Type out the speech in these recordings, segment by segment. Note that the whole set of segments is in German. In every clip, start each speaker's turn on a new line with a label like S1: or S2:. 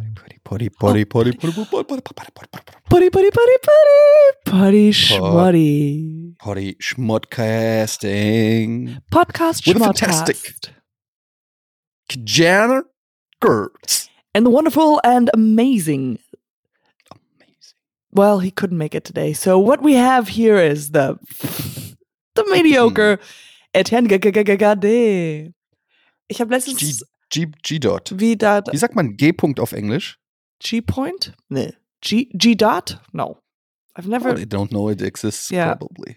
S1: Potty, Potty,
S2: Oh,
S1: Potty, Potty, Potty, Potty, Potty, Potty, Potty, Potty,
S2: Potty, Potty, Potty, Potty, Potty, Schmoddy.
S1: Potty, Schmodcasting.
S2: Podcast
S1: With a
S2: Schmodcast.
S1: fantastic- Janner Gertz.
S2: And the wonderful and amazing.
S1: Amazing.
S2: Well, he couldn't make it today. So what we have here is the the mediocre Etienne Gagagagade. Ich habe letztens
S1: G, G dot.
S2: wieder
S1: Wie sagt man G-Punkt auf Englisch?
S2: G-Point? Nee. G, G-Dot? No. I've
S1: Oh,
S2: never.
S1: they don't know it exists,
S2: Yeah.
S1: probably.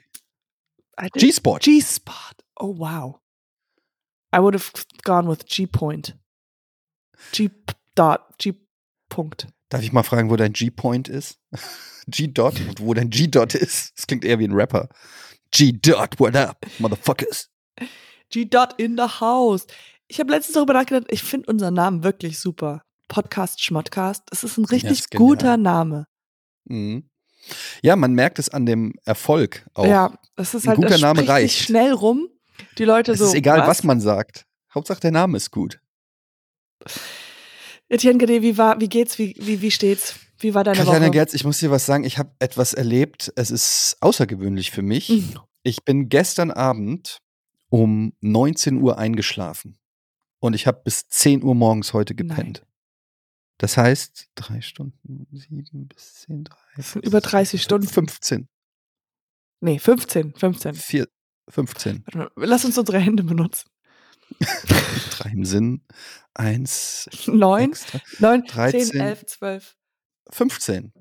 S2: I didn't-
S1: G-Spot.
S2: G spot. Oh wow. I would have gone with G point. G p- dot. G punkt.
S1: Darf ich mal fragen, wo dein G-Point ist? G-Dot? Und Wo dein G-Dot ist? Das klingt eher wie ein Rapper. G-Dot, what up, motherfuckers?
S2: G dot in the house. Ich habe letztens darüber nachgedacht, ich finde unseren Namen wirklich super. Podcast Schmodcast. Es ist ein richtig
S1: ist genial.
S2: guter Name.
S1: Mhm. Ja, man merkt es an dem Erfolg auch.
S2: Ja, es ist
S1: Ein
S2: halt
S1: guter
S2: es
S1: Name
S2: spricht sich
S1: reicht.
S2: schnell rum. Die Leute
S1: es
S2: so.
S1: ist egal, was? man sagt. Hauptsache, der Name ist gut.
S2: Etienne Gade, wie war, wie geht's, wie, wie, wie steht's? Wie war deine
S1: Katjana
S2: Woche?
S1: Gerz, ich muss dir was sagen. Ich habe etwas erlebt. Es ist außergewöhnlich für mich.
S2: Mhm.
S1: Ich bin gestern Abend um 19 Uhr eingeschlafen. Und ich habe bis 10 Uhr morgens heute gepennt. Das heißt, drei Stunden, sieben bis zehn, drei.
S2: Das sind über 30 Stunden.
S1: 15.
S2: Nee, 15, 15.
S1: Vier, 15.
S2: Warte mal, Lass uns unsere Hände benutzen.
S1: Drei im Sinn. Eins.
S2: Neun,
S1: Extra.
S2: neun, 10,
S1: 13.
S2: 11, 12,
S1: 15.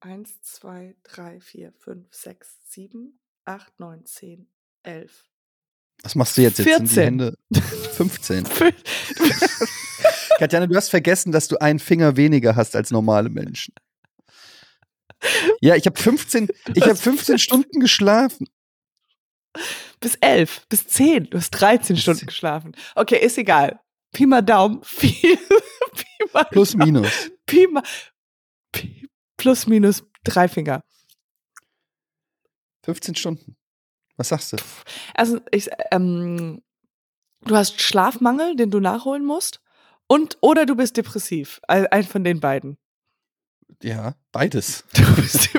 S2: 1, 2, 3, 4, 5, 6, 7, 8, 9, 10, 11.
S1: Was machst du jetzt? Jetzt sind die
S2: 14.
S1: Hände 15. Katjana, du hast vergessen, dass du einen Finger weniger hast als normale Menschen. Ja, ich habe 15, ich habe 15 Stunden geschlafen.
S2: Bis 11, bis 10. Du hast 13
S1: Bis
S2: Stunden
S1: zehn.
S2: geschlafen. Okay, ist egal. Pi mal Daumen. Pi, Pi mal,
S1: Plus, minus.
S2: Pi mal, Pi, plus minus drei Finger.
S1: 15 Stunden. Was sagst du?
S2: Also, ich, ähm, du hast Schlafmangel, den du nachholen musst. Und, oder du bist depressiv. Ein ein von den beiden.
S1: Ja, beides.
S2: Du bist-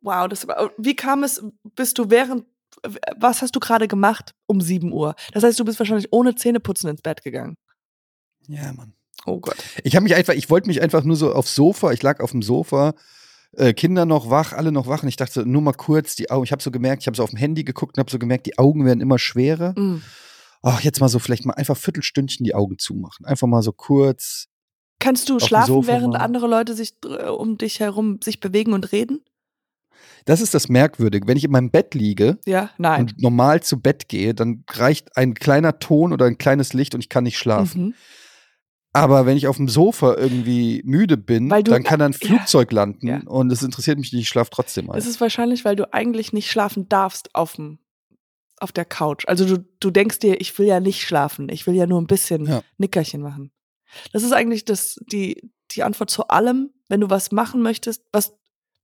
S2: wow, das, wie kam es, bist du während, was hast du gerade gemacht um 7 Uhr? Das heißt, du bist wahrscheinlich ohne Zähneputzen ins Bett gegangen.
S1: Ja, Mann.
S2: Oh Gott.
S1: Ich habe mich einfach, ich wollte mich einfach nur so aufs Sofa, ich lag auf dem Sofa, äh, Kinder noch wach, alle noch wach und ich dachte nur mal kurz, die Augen, ich habe so gemerkt, ich habe so auf dem Handy geguckt und habe so gemerkt, die Augen werden immer schwerer.
S2: Mm.
S1: Ach, jetzt mal so vielleicht mal einfach Viertelstündchen die Augen zumachen. Einfach mal so kurz.
S2: Kannst du
S1: dem
S2: schlafen,
S1: Sofa
S2: während
S1: mal.
S2: andere Leute sich äh, um dich herum sich bewegen und reden?
S1: Das ist das Merkwürdige. Wenn ich in meinem Bett liege
S2: Ja? Nein.
S1: und normal zu Bett gehe, dann reicht ein kleiner Ton oder ein kleines Licht und ich kann nicht schlafen.
S2: Mhm.
S1: Aber wenn ich auf dem Sofa irgendwie müde bin,
S2: Weil du-
S1: dann kann da ein Flugzeug landen
S2: Ja.
S1: und es interessiert mich nicht, ich schlafe trotzdem ein.
S2: Es ist wahrscheinlich, weil du eigentlich nicht schlafen darfst auf dem auf der Couch. Also du, du denkst dir, ich will ja nicht schlafen, ich will ja nur ein bisschen
S1: Ja.
S2: Nickerchen machen. Das ist eigentlich das, die, die Antwort zu allem, wenn du was machen möchtest, was,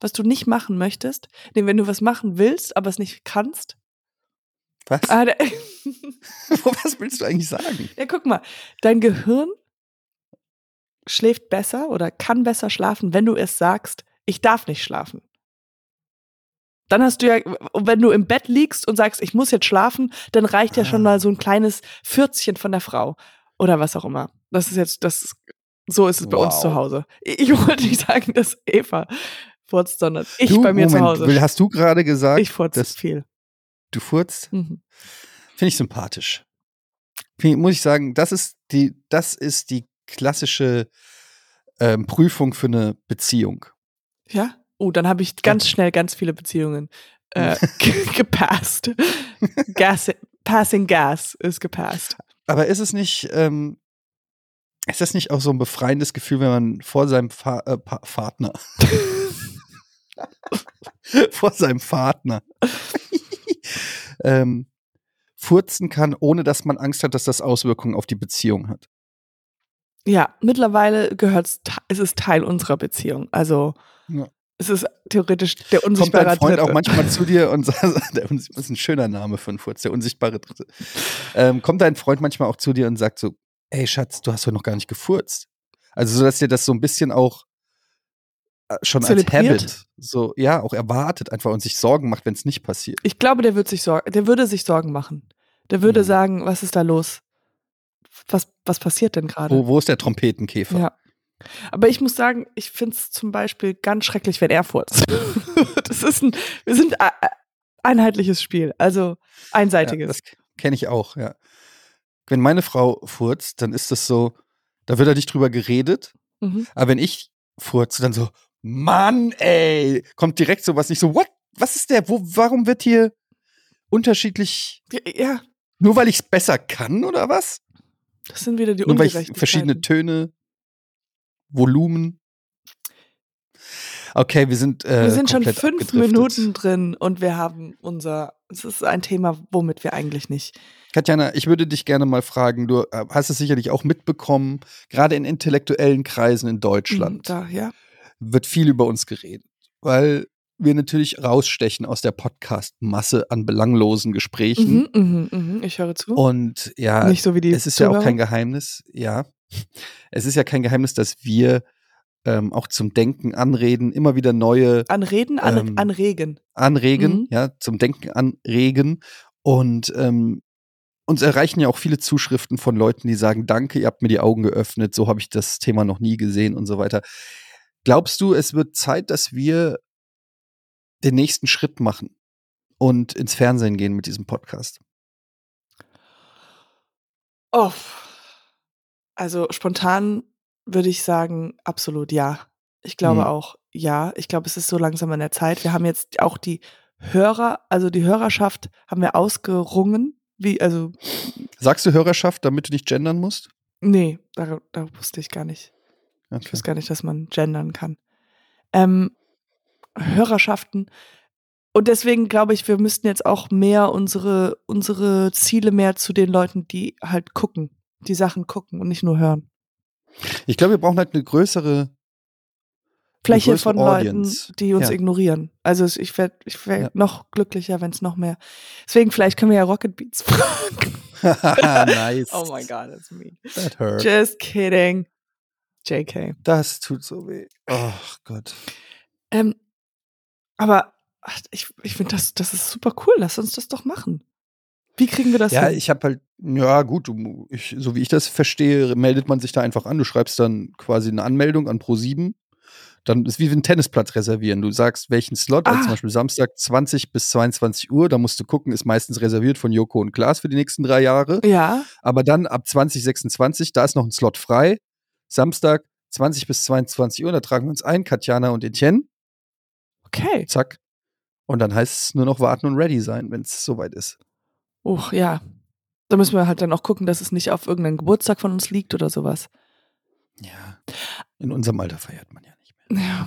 S2: was du nicht machen möchtest. Nee, wenn du was machen willst, aber es nicht kannst.
S1: Was?
S2: Ah, der,
S1: Was willst du eigentlich sagen?
S2: ja, guck mal, dein Gehirn schläft besser oder kann besser schlafen, wenn du es sagst, ich darf nicht schlafen. Dann hast du ja, und wenn du im Bett liegst und sagst, ich muss jetzt schlafen, dann reicht ja schon
S1: Ah.
S2: mal so ein kleines Fürzchen von der Frau oder was auch immer. Das ist jetzt, das ist, so ist es bei uns
S1: Wow.
S2: zu Hause. Ich, ich wollte nicht sagen, dass Eva furzt, sondern ich
S1: du,
S2: bei mir zu
S1: Moment,
S2: Hause.
S1: Will, hast du gerade gesagt,
S2: ich furze
S1: dass
S2: viel.
S1: du furzt?
S2: Mhm.
S1: Finde ich sympathisch. Find, muss ich sagen, das ist die, das ist die klassische ähm, Prüfung für eine Beziehung.
S2: Ja? Oh, dann habe ich ganz schnell ganz viele Beziehungen äh, ge- gepasst. Gas, passing Gas ist gepasst.
S1: Aber ist es nicht, ähm, ist das nicht auch so ein befreiendes Gefühl, wenn man vor seinem Fa äh, pa Partner, vor seinem Partner ähm, furzen kann, ohne dass man Angst hat, dass das Auswirkungen auf die Beziehung hat?
S2: Ja, mittlerweile gehört es ist Teil unserer Beziehung. Also
S1: Ja.
S2: es ist theoretisch der
S1: Kommt
S2: unsichtbare
S1: dein Freund
S2: Dritte.
S1: auch manchmal zu dir und sagt, der Unsicht- das ist ein schöner Name für einen Furz, der unsichtbare Dritte. Ähm, kommt dein Freund manchmal auch zu dir und sagt so, ey Schatz, du hast heute noch gar nicht gefurzt. Also so, dass dir das so ein bisschen auch äh, schon
S2: Zelebriert?
S1: als Habit so, ja, auch erwartet einfach und sich Sorgen macht, wenn es nicht passiert.
S2: Ich glaube, der, wird sich Sorgen, der würde sich Sorgen machen. Der würde
S1: Mhm.
S2: sagen, was ist da los? Was, was passiert denn gerade?
S1: Wo, wo ist der Trompetenkäfer?
S2: Ja. Aber ich muss sagen, ich finde es zum Beispiel ganz schrecklich, wenn er furzt. das ist ein, wir sind ein einheitliches Spiel, also
S1: Ja,
S2: einseitiges.
S1: das kenne ich auch, ja. Wenn meine Frau furzt, dann ist das so, da wird ja nicht drüber geredet,
S2: mhm.
S1: aber wenn ich furze, dann so, Mann, ey, kommt direkt sowas nicht so, what? Was ist der? Wo, warum wird hier unterschiedlich,
S2: Ja,
S1: nur weil ich es besser kann oder was?
S2: das sind wieder die
S1: Nur weil ich
S2: Ungerechtigkeiten.
S1: verschiedene Töne, Volumen. Okay, wir sind. Äh,
S2: wir sind schon
S1: komplett
S2: fünf
S1: abgedriftet.
S2: Minuten drin und wir haben unser, es ist ein Thema, womit wir eigentlich nicht.
S1: Katjana, ich würde dich gerne mal fragen, du äh, hast es sicherlich auch mitbekommen, gerade in intellektuellen Kreisen in
S2: Mhm,
S1: Deutschland
S2: Da, ja.
S1: wird viel über uns geredet, weil wir natürlich rausstechen aus der Podcast-Masse an belanglosen Gesprächen.
S2: Mhm, mhm, mhm, ich höre zu.
S1: Und ja,
S2: nicht so wie die
S1: es ist ja auch
S2: Zuhörer.
S1: kein Geheimnis, ja. Es ist ja kein Geheimnis, dass wir ähm, auch zum Denken anreden, immer wieder neue
S2: Anreden, an,
S1: Ähm,
S2: anregen.
S1: anregen,
S2: Mhm.
S1: ja, zum Denken anregen. Und ähm, uns erreichen ja auch viele Zuschriften von Leuten, die sagen, danke, ihr habt mir die Augen geöffnet, so habe ich das Thema noch nie gesehen und so weiter. Glaubst du, es wird Zeit, dass wir den nächsten Schritt machen und ins Fernsehen gehen mit diesem Podcast?
S2: Oh. Also spontan würde ich sagen, absolut ja. Ich glaube
S1: Hm.
S2: auch ja. Ich glaube, es ist so langsam an der Zeit. Wir haben jetzt auch die Hörer, also die Hörerschaft haben wir ausgerungen. Wie, also,
S1: Sagst du Hörerschaft, damit du nicht gendern musst?
S2: nee, da, da wusste ich gar nicht. Ich
S1: Okay.
S2: wusste gar nicht, dass man gendern kann. Ähm, Hörerschaften. Und deswegen glaube ich, wir müssten jetzt auch mehr unsere, unsere Ziele mehr zu den Leuten, die halt gucken, die Sachen gucken und nicht nur hören.
S1: Ich glaube, wir brauchen halt eine größere
S2: Fläche
S1: größere
S2: von
S1: Audience.
S2: Leuten, die uns
S1: Ja.
S2: ignorieren. Also es- ich werde ich wär
S1: Ja.
S2: noch glücklicher, wenn es noch mehr. Deswegen, vielleicht können wir ja Rocket Beats fragen.
S1: nice.
S2: oh my god, that's mean.
S1: That hurt.
S2: Just kidding. JK.
S1: Das tut so weh. Ach Gott.
S2: Ähm, aber ach, ich, ich finde, das, das ist super cool. Lass uns das doch machen. Wie kriegen wir das
S1: Ja,
S2: hin?
S1: ich habe halt, ja gut, du- ich, so wie ich das verstehe, meldet man sich da einfach an. Du schreibst dann quasi eine Anmeldung an Pro7. Dann ist wie einen Tennisplatz reservieren. Du sagst, welchen Slot, also
S2: Ah.
S1: zum Beispiel Samstag 20 bis 22 Uhr, da musst du gucken, ist meistens reserviert von Joko und Klaas für die nächsten drei Jahre.
S2: ja,
S1: Aber dann ab 2026, da ist noch ein Slot frei. Samstag 20 bis 22 Uhr, da tragen wir uns ein, Katjana und Etienne.
S2: okay.
S1: Zack. Und dann heißt es nur noch warten und ready sein, wenn es soweit ist.
S2: Uch, ja. Da müssen wir halt dann auch gucken, dass es nicht auf irgendeinen Geburtstag von uns liegt oder sowas.
S1: Ja. In unserem Alter feiert man ja nicht mehr.
S2: Ja.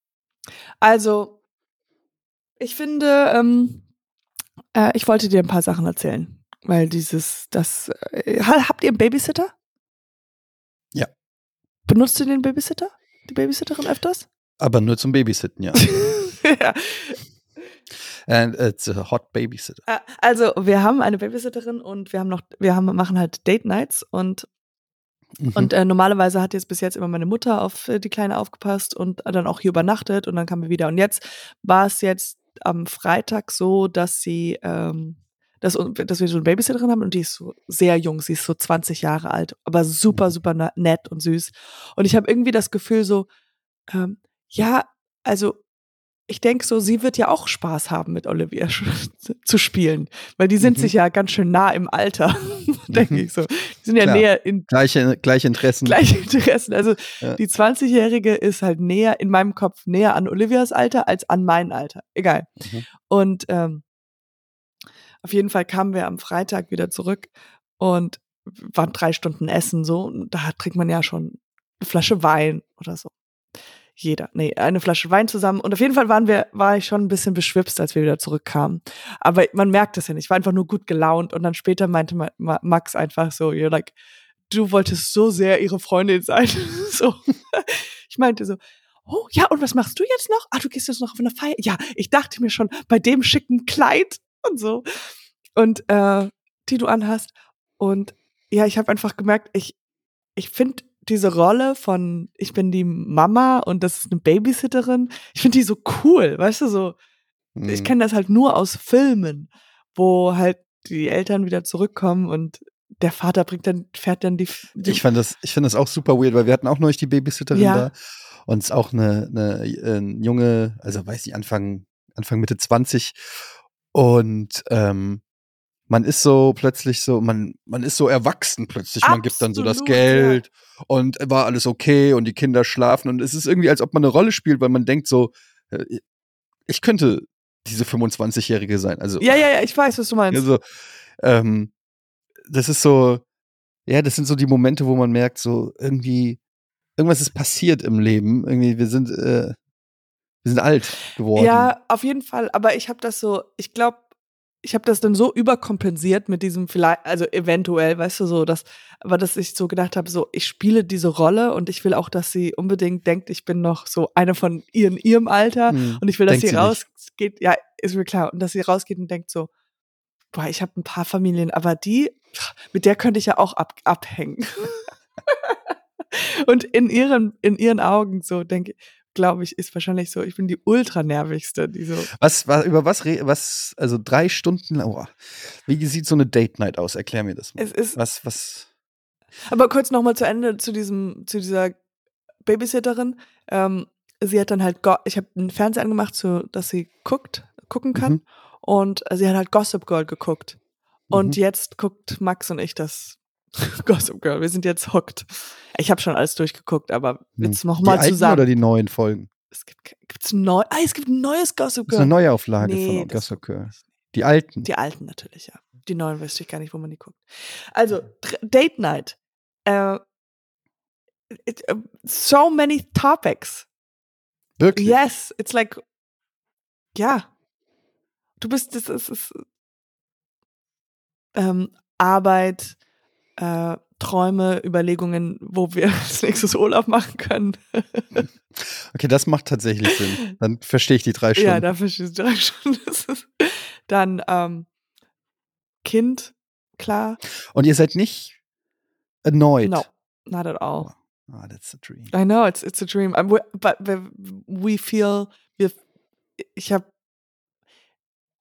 S2: Also, ich finde, ähm, äh, ich wollte dir ein paar Sachen erzählen, weil dieses, das, äh, ha- habt ihr einen Babysitter?
S1: Ja.
S2: Benutzt ihr den Babysitter? Die Babysitterin öfters?
S1: Aber nur zum Babysitten, ja.
S2: ja.
S1: And it's a äh, hot babysitter.
S2: Äh, Also, wir haben eine Babysitterin und wir haben noch, wir haben, machen halt Date Nights und
S1: Mhm.
S2: Und äh, normalerweise hat jetzt bis jetzt immer meine Mutter auf äh, die Kleine aufgepasst und dann auch hier übernachtet und dann kamen wir wieder. Und jetzt war es jetzt am Freitag so, dass sie, ähm, dass, un- dass wir so eine Babysitterin haben und die ist so sehr jung, sie ist so 20 Jahre alt, aber super,
S1: Mhm.
S2: super na- nett und süß. Und ich habe irgendwie das Gefühl so, ähm, ja, also ich denke so, sie wird ja auch Spaß haben, mit Olivia zu spielen, weil die sind
S1: Mhm.
S2: sich ja ganz schön nah im Alter, denke
S1: Mhm.
S2: ich so. Die sind ja
S1: Klar.
S2: näher in,
S1: gleiche, gleiche Interessen.
S2: gleiche Interessen. Also
S1: Ja.
S2: die 20-Jährige ist halt näher, in meinem Kopf näher an Olivias Alter als an mein Alter. Egal.
S1: Mhm.
S2: Und ähm, auf jeden Fall kamen wir am Freitag wieder zurück und waren drei Stunden essen so. Und da trinkt man ja schon eine Flasche Wein oder so. jeder, nee, eine Flasche Wein zusammen. Und auf jeden Fall waren wir, war ich schon ein bisschen beschwipst, als wir wieder zurückkamen. Aber man merkt das ja nicht. Ich war einfach nur gut gelaunt. Und dann später meinte Ma Ma Max einfach so, you're like, du wolltest so sehr ihre Freundin sein. so. Ich meinte so, oh ja, und was machst du jetzt noch? Ah, du gehst jetzt noch auf eine Feier. Ja, ich dachte mir schon, bei dem schicken Kleid und so. Und äh, die du anhast. Und ja, ich habe einfach gemerkt, ich, ich finde diese Rolle von ich bin die Mama und das ist eine Babysitterin, ich finde die so cool, weißt du, so.
S1: Mhm.
S2: Ich kenne das halt nur aus Filmen, wo halt die Eltern wieder zurückkommen und der Vater bringt dann, fährt dann die. die
S1: Ich fand das, ich finde das auch super weird, weil wir hatten auch neulich die Babysitterin
S2: Ja.
S1: da und es ist auch eine, eine äh, junge, also weiß ich, Anfang, Anfang Mitte 20 und ähm, man ist so plötzlich so, man, man ist so erwachsen plötzlich. Man gibt dann so das
S2: Absolut,
S1: Geld und war alles okay und die Kinder schlafen und es ist irgendwie, als ob man eine Rolle spielt, weil man denkt so, äh, ich könnte diese 25-Jährige sein. Also
S2: ja, ja, ja, ich weiß, was du meinst.
S1: also, ähm, das ist so, ja, das sind so die Momente, wo man merkt, so irgendwie, irgendwas ist passiert im Leben. Irgendwie, wir sind, äh, wir sind alt geworden.
S2: Ja, auf jeden Fall. Aber ich habe das so, ich glaube, ich habe das dann so überkompensiert mit diesem vielleicht, also eventuell, weißt du, so, dass, aber dass ich so gedacht habe, so, ich spiele diese Rolle und ich will auch, dass sie unbedingt denkt, ich bin noch so eine von ihr in ihrem Alter
S1: Hm.
S2: und ich will, dass
S1: Denkt
S2: sie
S1: sie
S2: rausgeht, ja, ist mir klar, und dass sie rausgeht und denkt so, boah, ich habe ein paar Familien, aber die, mit der könnte ich ja auch ab, abhängen. und in ihren, in ihren Augen so denke glaube ich, ist wahrscheinlich so, ich bin die ultranervigste, die so,
S1: Was, was, über was, re- was, also drei Stunden, lang- oh, wie sieht so eine Date Night aus? Erklär mir das mal.
S2: es ist,
S1: Was, was,
S2: aber kurz nochmal zu Ende zu diesem, zu dieser Babysitterin, ähm, sie hat dann halt, Go ich habe einen Fernseher angemacht, so, dass sie guckt, gucken kann
S1: Mhm.
S2: und sie hat halt Gossip Girl geguckt und
S1: Mhm.
S2: jetzt guckt Max und ich das Gossip Girl, wir sind jetzt hooked. Ich habe schon alles durchgeguckt, aber jetzt
S1: hm. die
S2: nochmal
S1: alten
S2: zusammen.
S1: oder die neuen Folgen?
S2: es gibt ke- gibt's ein neu, ah, es gibt ein neues Gossip
S1: Das ist eine
S2: Girl.
S1: Neuauflage
S2: Nee,
S1: von
S2: das-
S1: Gossip Girl. Die alten.
S2: Die alten natürlich, ja. Die neuen wüsste ich gar nicht, wo man die guckt. Also, Dr- Date Night. Äh, it, äh, so many topics.
S1: Wirklich?
S2: Yes, it's like, ja. Du bist, das ist, ist ähm, Arbeit, äh, Träume, Überlegungen, wo wir als nächstes Urlaub machen können.
S1: Okay, das macht tatsächlich Sinn. Dann verstehe ich die drei Stunden.
S2: Ja, da verstehst du drei Stunden. Das ist- Dann ähm, Kind, klar.
S1: Und ihr seid nicht annoyed.
S2: No, not at all.
S1: Ah, that's a dream.
S2: I know it's it's a dream. I'm, we- but we- we feel wir, ich habe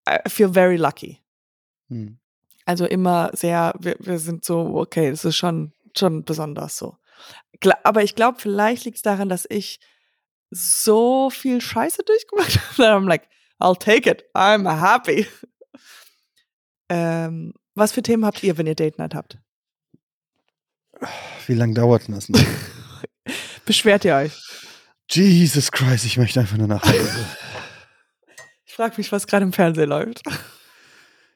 S2: I feel very lucky.
S1: Hm.
S2: Also immer sehr wir, wir sind so okay, es ist schon schon besonders so. Gla- Aber ich glaube, vielleicht liegt es daran, dass ich so viel Scheiße durchgemacht habe. that I'm like, I'll take it. I'm happy. ähm, was für Themen habt ihr, wenn ihr Date Night habt?
S1: Wie lange dauert denn das noch?
S2: Beschwert ihr euch?
S1: Jesus Christ, ich möchte einfach nur nach Hause.
S2: Ich frage mich, was gerade im Fernsehen läuft.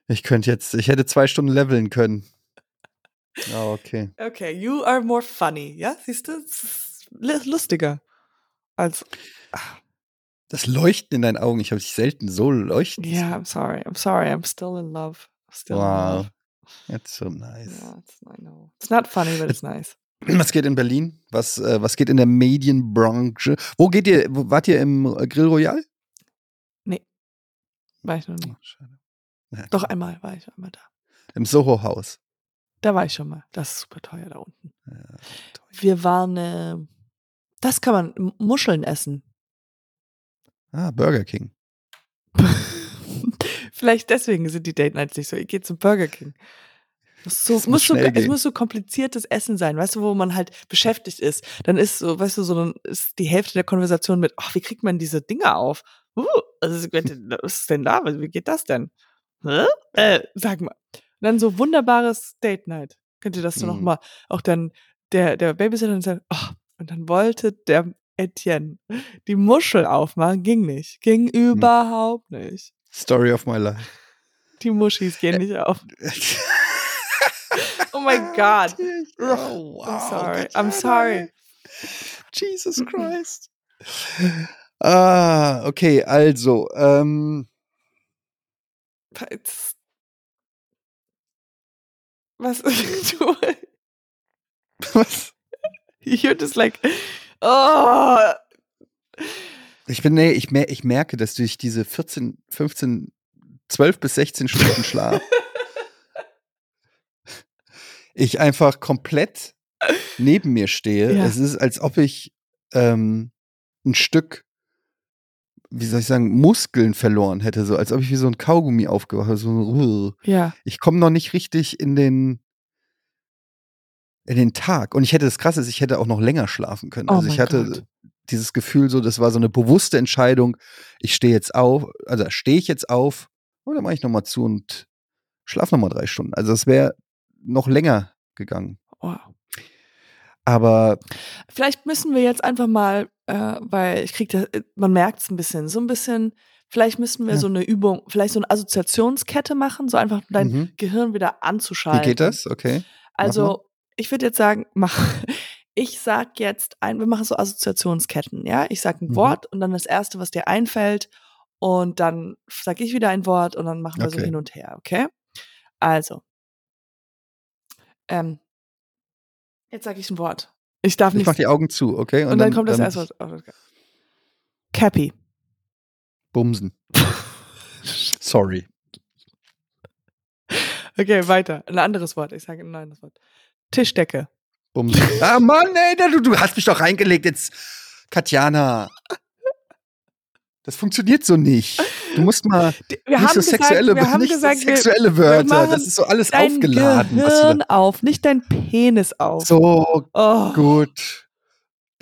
S1: Ich könnte jetzt, ich hätte zwei Stunden leveln können. Ah, okay.
S2: Okay, you are more funny, ja? Siehst du? Es ist lu- Lustiger. Als,
S1: Das Leuchten in deinen Augen, ich habe dich selten so leuchten.
S2: yeah, I'm sorry, I'm sorry, I'm still in love. Still in
S1: Wow.
S2: love.
S1: That's so nice.
S2: Yeah, it's, I know. It's not funny, but it's nice.
S1: Was geht in Berlin? Was, äh, was geht in der Medienbranche? Wo geht ihr? Wo, wart ihr im äh, Grill Royal?
S2: War ich noch nie.
S1: Oh, schade. Ja.
S2: Doch einmal war ich einmal da.
S1: Im Soho Haus.
S2: Da war ich schon mal. Das ist super teuer da unten.
S1: Ja.
S2: Wir waren, äh, das kann man, M- Muscheln essen.
S1: Ah, Burger King.
S2: Vielleicht deswegen sind die Date Nights nicht so. Ich gehe zum Burger King. Muss so, muss
S1: Es muss
S2: so,
S1: schnell
S2: es
S1: gehen.
S2: muss so kompliziertes Essen sein, weißt du, wo man halt beschäftigt ist. Dann ist so, weißt du, so dann ist die Hälfte der Konversation mit, ach, wie kriegt man diese Dinger auf? Uh, also, was ist denn da? Wie geht das denn? Hä? Äh, sag mal. Und dann so wunderbares Date Night. Könnt ihr das so
S1: Mhm.
S2: noch nochmal? Auch dann der, der Babysitter und sagt, oh, und dann wollte der Etienne die Muschel aufmachen. Ging nicht. Ging überhaupt nicht.
S1: Story of my life.
S2: Die Muschis gehen nicht auf. Oh my God.
S1: Oh, wow.
S2: I'm sorry.
S1: Das war
S2: I'm sorry.
S1: Jesus Christ. Ah, okay, also, ähm,
S2: Jetzt- Was? du,
S1: was?
S2: you're just like, oh,
S1: Ich bin, nee, ich, mer ich merke, dass durch diese 14, 15, 12 bis 16 Stunden Schlaf ich einfach komplett neben mir stehe.
S2: Ja.
S1: Es ist, als ob ich ähm, ein Stück, wie soll ich sagen, Muskeln verloren hätte. So, als ob ich wie so ein Kaugummi aufgewacht wäre. So, uh.
S2: ja,
S1: ich komme noch nicht richtig in den in den Tag. Und ich hätte das Krasse ist, ich hätte auch noch länger schlafen können.
S2: Oh
S1: also ich
S2: mein
S1: hatte
S2: Gott.
S1: dieses Gefühl so, das war so eine bewusste Entscheidung. Ich stehe jetzt auf, also stehe ich jetzt auf, oder mache ich noch mal zu und schlaf noch mal drei Stunden. Also es wäre noch länger gegangen.
S2: wow.
S1: Aber
S2: Vielleicht müssen wir jetzt einfach mal, äh, weil ich kriege das, man merkt es ein bisschen, so ein bisschen, vielleicht müssen wir
S1: Ja.
S2: so eine Übung, vielleicht so eine Assoziationskette machen, so einfach dein
S1: mhm.
S2: Gehirn wieder
S1: wie
S2: anzuschalten.
S1: geht das? Okay. Mach
S2: Also, ich würde jetzt sagen, mach. Ich sag jetzt ein, wir machen so Assoziationsketten, ja? Ich sag ein
S1: Mhm.
S2: Wort und dann das erste, was dir einfällt und dann sag ich wieder ein Wort und dann machen wir so
S1: Okay.
S2: hin und her, okay? Also. Ähm, jetzt sag ich ein Wort. Ich darf
S1: Ich
S2: nicht
S1: mache die Augen zu, okay?
S2: und, dann, kommt das erste Wort. Oh, okay. Cappy.
S1: Bumsen. Sorry.
S2: Okay, weiter. Ein anderes Wort. Ich sage ein anderes Wort. Tischdecke.
S1: Bumsen. ah Mann, ey, du, du hast mich doch reingelegt jetzt. Katjana. Das funktioniert so nicht. Du musst mal
S2: Die- Wir
S1: nicht
S2: haben
S1: so
S2: gesagt,
S1: sexuelle,
S2: wir haben
S1: nicht
S2: gesagt, wir
S1: sexuelle Wörter.
S2: machen
S1: Das ist so alles
S2: dein
S1: aufgeladen. was du
S2: Gehirn auf, nicht dein Penis
S1: da-
S2: auf.
S1: so
S2: oh,
S1: gut.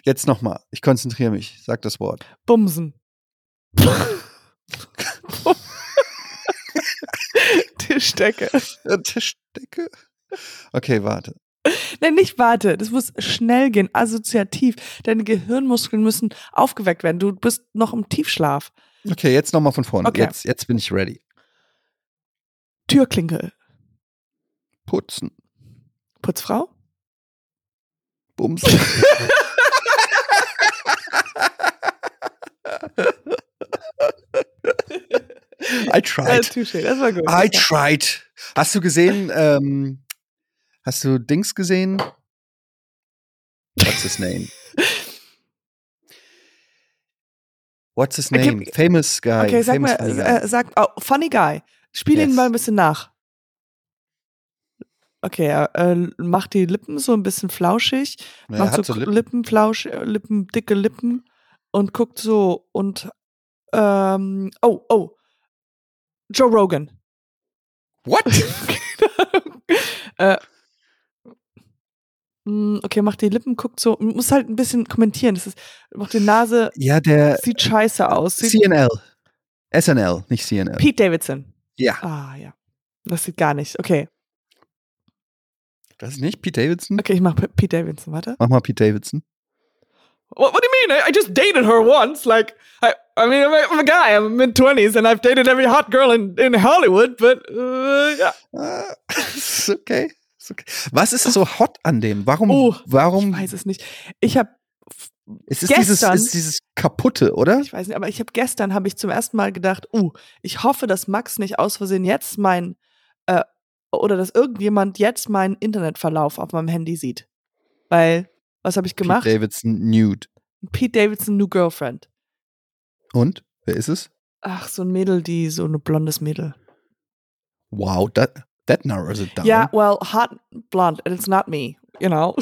S1: Jetzt nochmal. Ich konzentriere mich. Sag das Wort.
S2: Bumsen. Tischdecke.
S1: Äh, Tischdecke. Okay, warte.
S2: Nein, nicht warte. Das muss schnell gehen, assoziativ. Deine Gehirnmuskeln müssen aufgeweckt werden. Du bist noch im Tiefschlaf.
S1: Okay, jetzt nochmal von vorne.
S2: Okay.
S1: Jetzt, jetzt bin ich ready.
S2: Türklinke.
S1: Putzen.
S2: Putzfrau?
S1: Bums. I
S2: Ja,
S1: tried.
S2: Äh, touché. Das war gut.
S1: I
S2: Das war-
S1: tried. Hast du gesehen, ähm, hast du Dings gesehen? What's his name? What's his
S2: Okay,
S1: name? famous guy.
S2: Okay, sag
S1: famous
S2: mal,
S1: funny guy.
S2: äh, sag, oh, Funny Guy. Spiel ihn
S1: Yes.
S2: mal ein bisschen nach. Okay, äh, mach die Lippen so ein bisschen flauschig. mach
S1: Ja, er
S2: so,
S1: hat so Lippen.
S2: Lippenflausch, äh, Lippen, dicke Lippen und guckt so und, ähm, oh, oh. Joe Rogan.
S1: What?
S2: äh, mm, okay, mach die Lippen, guckt so, muss halt ein bisschen kommentieren. Das ist, macht die Nase,
S1: Ja, der
S2: sieht scheiße aus. Sieht,
S1: CNL. SNL, nicht CNL.
S2: Pete Davidson.
S1: ja.
S2: Ah, ja. Das sieht gar nicht. Okay.
S1: Das ist nicht Pete Davidson?
S2: Okay, ich mach P- Pete Davidson, warte.
S1: Mach mal Pete Davidson.
S2: What, what do you mean? I, I just dated her once. Like, I, I mean, I'm a, I'm a guy. I'm mid 20s and I've dated every hot girl in, in Hollywood, but, uh, yeah.
S1: Ah, ist okay. ist okay. Was ist so hot an dem? Warum?
S2: Oh, Ich
S1: warum?
S2: weiß es nicht. Ich habe,
S1: es ist dieses,
S2: gestern-
S1: ist dieses kaputte, oder?
S2: ich weiß nicht, aber ich habe gestern habe ich zum ersten Mal gedacht, uh, ich hoffe, dass Max nicht aus Versehen jetzt mein, äh, oder dass irgendjemand jetzt meinen Internetverlauf auf meinem Handy sieht. Weil, was habe ich gemacht?
S1: Pete Davidson nude.
S2: Pete Davidson, New Girlfriend.
S1: Und wer ist es?
S2: Ach, so ein Mädel, die so ein blondes Mädel.
S1: Wow, that that narrows it down.
S2: Ja, well, hot blonde, and it's not me, you know.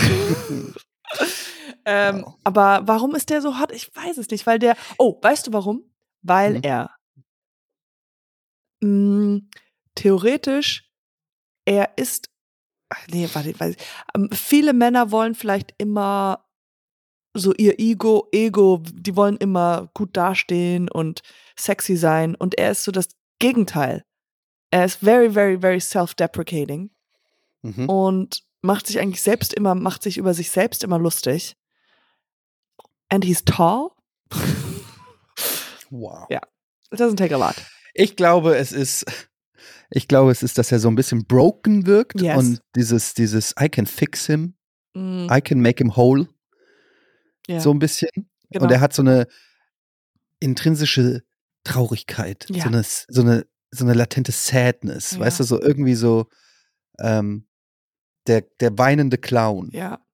S2: ähm,
S1: Wow.
S2: Aber warum ist der so hot? Ich weiß es nicht, weil der. Oh, weißt du warum? Weil
S1: Mhm.
S2: er mh, theoretisch, er ist. Ach, nee, warte, weiß ich. Ähm, viele Männer wollen vielleicht immer so ihr Ego, Ego, die wollen immer gut dastehen und sexy sein. Und er ist so das Gegenteil. Er ist very, very, very self-deprecating Hm?
S1: Mhm.
S2: und macht sich eigentlich selbst immer, macht sich über sich selbst immer lustig. And he's tall.
S1: Wow.
S2: Ja. It doesn't take a lot.
S1: Ich glaube, es ist ich glaube, es ist, dass er so ein bisschen broken wirkt
S2: Yes.
S1: und dieses dieses I can fix him,
S2: Mm,
S1: I can make him whole
S2: ja.
S1: Ah, so ein bisschen.
S2: Genau.
S1: Und er hat so eine intrinsische Traurigkeit,
S2: Ja.
S1: so, eine, so, eine, so eine latente Sadness,
S2: Ja.
S1: weißt du, so irgendwie so ähm, der, der weinende Clown.
S2: Ja.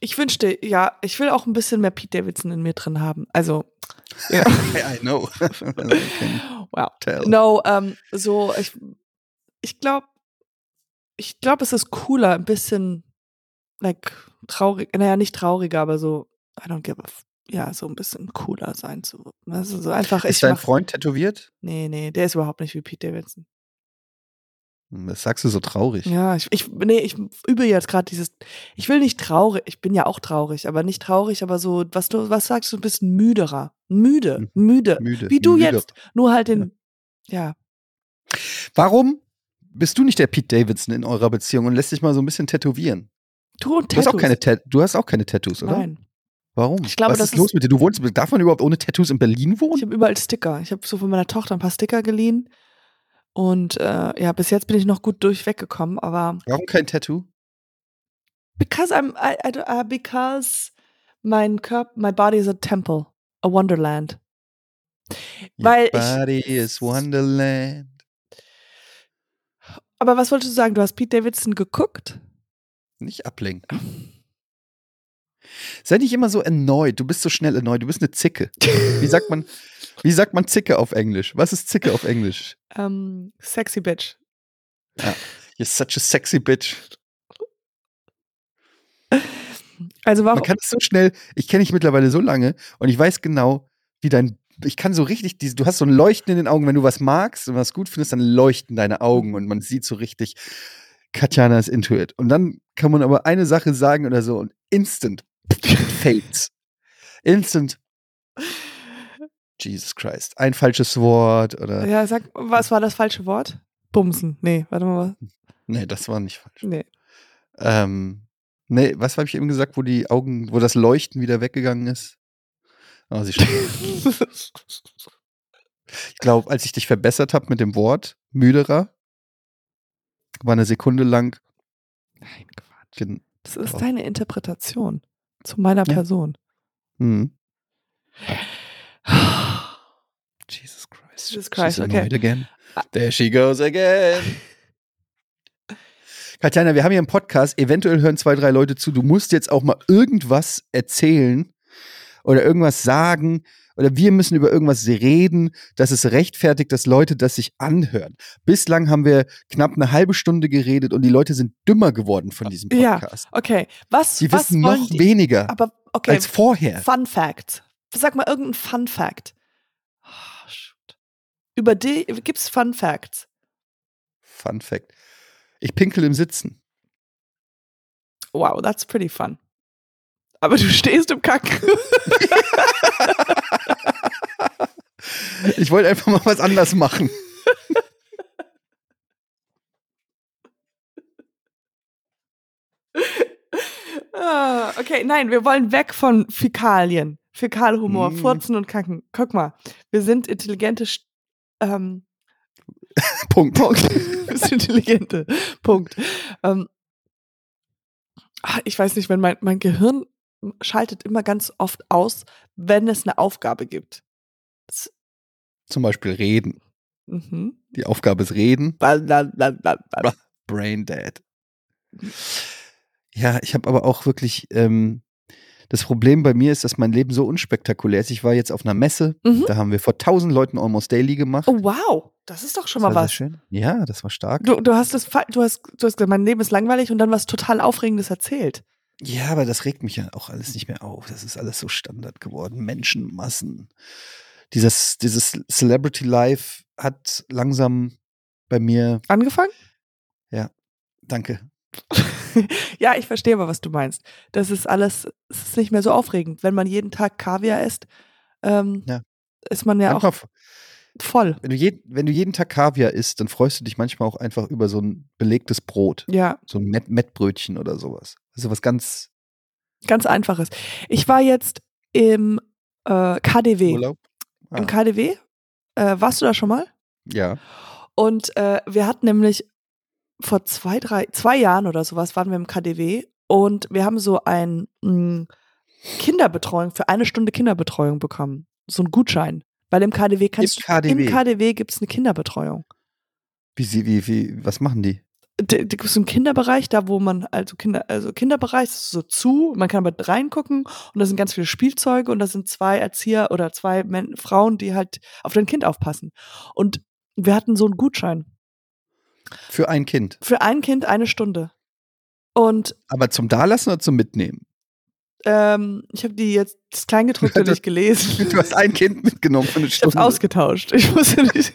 S2: Ich wünschte, ja, ich will auch ein bisschen mehr Pete Davidson in mir drin haben. Also,
S1: I know. Also, Okay.
S2: wow.
S1: Tell.
S2: No, ähm, so, ich, ich glaube, ich glaube, es ist cooler, ein bisschen, like, traurig, naja, nicht trauriger, aber so, I don't give a, f ja, so ein bisschen cooler sein zu, also so einfach, ich
S1: Ist dein
S2: mach-
S1: Freund tätowiert?
S2: Nee, nee, der ist überhaupt nicht wie Pete Davidson.
S1: Hm, Das sagst du so traurig.
S2: Ja, ich, ich, nee, ich übe jetzt gerade dieses, ich will nicht traurig, ich bin ja auch traurig, aber nicht traurig, aber so, was du, was sagst du, ein bisschen müderer, müde, müde,
S1: Mhm. Müde.
S2: wie du
S1: müde.
S2: jetzt, nur halt den, ja,
S1: Warum bist du nicht der Pete Davidson in eurer Beziehung und lässt dich mal so ein bisschen tätowieren?
S2: du und
S1: Du hast, auch
S2: Tattoos.
S1: keine Tat du hast auch keine Tattoos, oder?
S2: Nein,
S1: Warum?
S2: Ich glaube,
S1: Was
S2: das
S1: ist los mit dir? Du wohnst, darf man überhaupt ohne Tattoos in Berlin
S2: ich
S1: wohnen?
S2: habe überall Sticker, ich habe so von meiner Tochter ein paar Sticker geliehen und äh, ja, bis jetzt bin ich noch gut durchweggekommen, aber
S1: Warum kein Tattoo?
S2: because I'm, I, I, I- because mein Körper, my body is a temple, a wonderland. Weil
S1: Your
S2: ich-
S1: body is Wonderland.
S2: Aber was wolltest du sagen, du hast Pete Davidson geguckt?
S1: Nicht ablenken. Sei nicht immer so erneut. Du bist so schnell erneut. Du bist eine Zicke. Wie sagt man, wie sagt man Zicke auf Englisch? Was ist Zicke auf Englisch?
S2: Ähm, sexy Bitch.
S1: You're such a sexy bitch.
S2: Also warum?
S1: Man kann es so schnell, ich kenne dich mittlerweile so lange und ich weiß genau, wie dein, ich kann so richtig, diese- du hast so ein Leuchten in den Augen, wenn du was magst und was gut findest, dann leuchten deine Augen und man sieht so richtig, Katjana ist into it. Und dann kann man aber eine Sache sagen oder so und instant fades. Instant. Jesus Christ. Ein falsches Wort oder,
S2: Ja, sag, was war das falsche Wort? Bumsen. Nee, warte mal.
S1: nee, das war nicht falsch.
S2: Nee.
S1: Ähm, nee, was habe ich eben gesagt, wo die Augen, wo das Leuchten wieder weggegangen ist? Oh, sie stimmt. Ich glaube, als ich dich verbessert habe mit dem Wort müderer, war eine Sekunde lang.
S2: Nein, Quatsch.
S1: gen-
S2: Das ist
S1: Doch.
S2: deine Interpretation zu meiner
S1: Ja.
S2: Person.
S1: Hm. Jesus Christ. Ah.
S2: Jesus Christ,
S1: She's
S2: okay.
S1: annoyed again. There she goes again. Katjana, wir haben hier einen Podcast. Eventuell hören zwei, drei Leute zu. Du musst jetzt auch mal irgendwas erzählen oder irgendwas sagen oder wir müssen über irgendwas reden, dass es rechtfertigt, dass Leute das sich anhören. Bislang haben wir knapp eine halbe Stunde geredet und die Leute sind dümmer geworden von diesem
S2: Ja.
S1: Podcast.
S2: Okay, was,
S1: Sie
S2: was
S1: wissen
S2: wollen
S1: noch
S2: die?
S1: weniger
S2: Aber okay,
S1: als vorher.
S2: Fun Fact. Sag mal irgendein Fun Fact. Ah, shoot. Über die gibt's Fun Facts.
S1: Fun Fact. Ich pinkel im Sitzen.
S2: Wow, that's pretty fun. Aber du stehst im Kack.
S1: Ich wollte einfach mal was anders machen.
S2: Ah, Okay, nein, wir wollen weg von Fäkalien, Fäkalhumor,
S1: Mm.
S2: Furzen und Kacken. Guck mal, wir sind intelligente, Sch- ähm,
S1: Punkt.
S2: wir sind intelligente. Punkt. Ähm, ah, ich weiß nicht, wenn mein, mein Gehirn schaltet immer ganz oft aus, wenn es eine Aufgabe gibt.
S1: Zum Beispiel reden.
S2: Mhm.
S1: Die Aufgabe ist reden.
S2: Bla, bla, bla, bla, bla.
S1: Brain dead. Ja, ich habe aber auch wirklich. Ähm, das Problem bei mir ist, dass mein Leben so unspektakulär ist. Ich war jetzt auf einer Messe.
S2: Mhm.
S1: Da haben wir vor 1000 Leuten Almost Daily gemacht.
S2: Oh wow, das ist doch schon mal
S1: Das war
S2: was.
S1: sehr Schön. Ja, das war stark.
S2: Du, du hast das, fa- du hast, du hast gesagt, mein Leben ist langweilig und dann was total Aufregendes erzählt.
S1: Ja, aber das regt mich ja auch alles nicht mehr auf. Das ist alles so Standard geworden. Menschenmassen. Dieses, dieses Celebrity Life hat langsam bei mir.
S2: Angefangen?
S1: Danke.
S2: Ja, ich verstehe aber, was du meinst. Das ist alles, es ist nicht mehr so aufregend. Wenn man jeden Tag Kaviar isst, ähm,
S1: Ja.
S2: ist man ja
S1: Manchmal
S2: auch voll.
S1: wenn du, je, wenn du jeden Tag Kaviar isst, dann freust du dich manchmal auch einfach über so ein belegtes Brot,
S2: Ja,
S1: so ein Met Mettbrötchen oder sowas. Also was ganz
S2: ganz einfaches. Ich war jetzt im äh, KDW.
S1: Urlaub. Ah,
S2: Im KDW? Äh, warst du da schon mal?
S1: ja.
S2: Und äh, wir hatten nämlich vor zwei, drei, zwei Jahren oder sowas waren wir im KDW und wir haben so ein mh, hm, Kinderbetreuung, für eine Stunde Kinderbetreuung bekommen. So einen Gutschein. Weil im KDW kannst
S1: Im KDW?
S2: du, im KDW gibt es eine Kinderbetreuung.
S1: Wie, sie- wie, wie, was machen die?
S2: D- d- gibt's einen Kinderbereich, da wo man, also Kinder, also Kinderbereich, das ist so zu, man kann aber reingucken und da sind ganz viele Spielzeuge und da sind zwei Erzieher oder zwei Men Frauen, die halt auf dein Kind aufpassen. Und wir hatten so einen Gutschein.
S1: Für ein Kind.
S2: Für ein Kind eine Stunde. Und
S1: Aber zum Dalassen oder zum Mitnehmen?
S2: ähm, ich habe die jetzt das Kleingedruckte nicht gelesen.
S1: Du hast ein Kind mitgenommen für eine
S2: Ich hab's
S1: Stunde.
S2: ausgetauscht. Ich wusste nicht.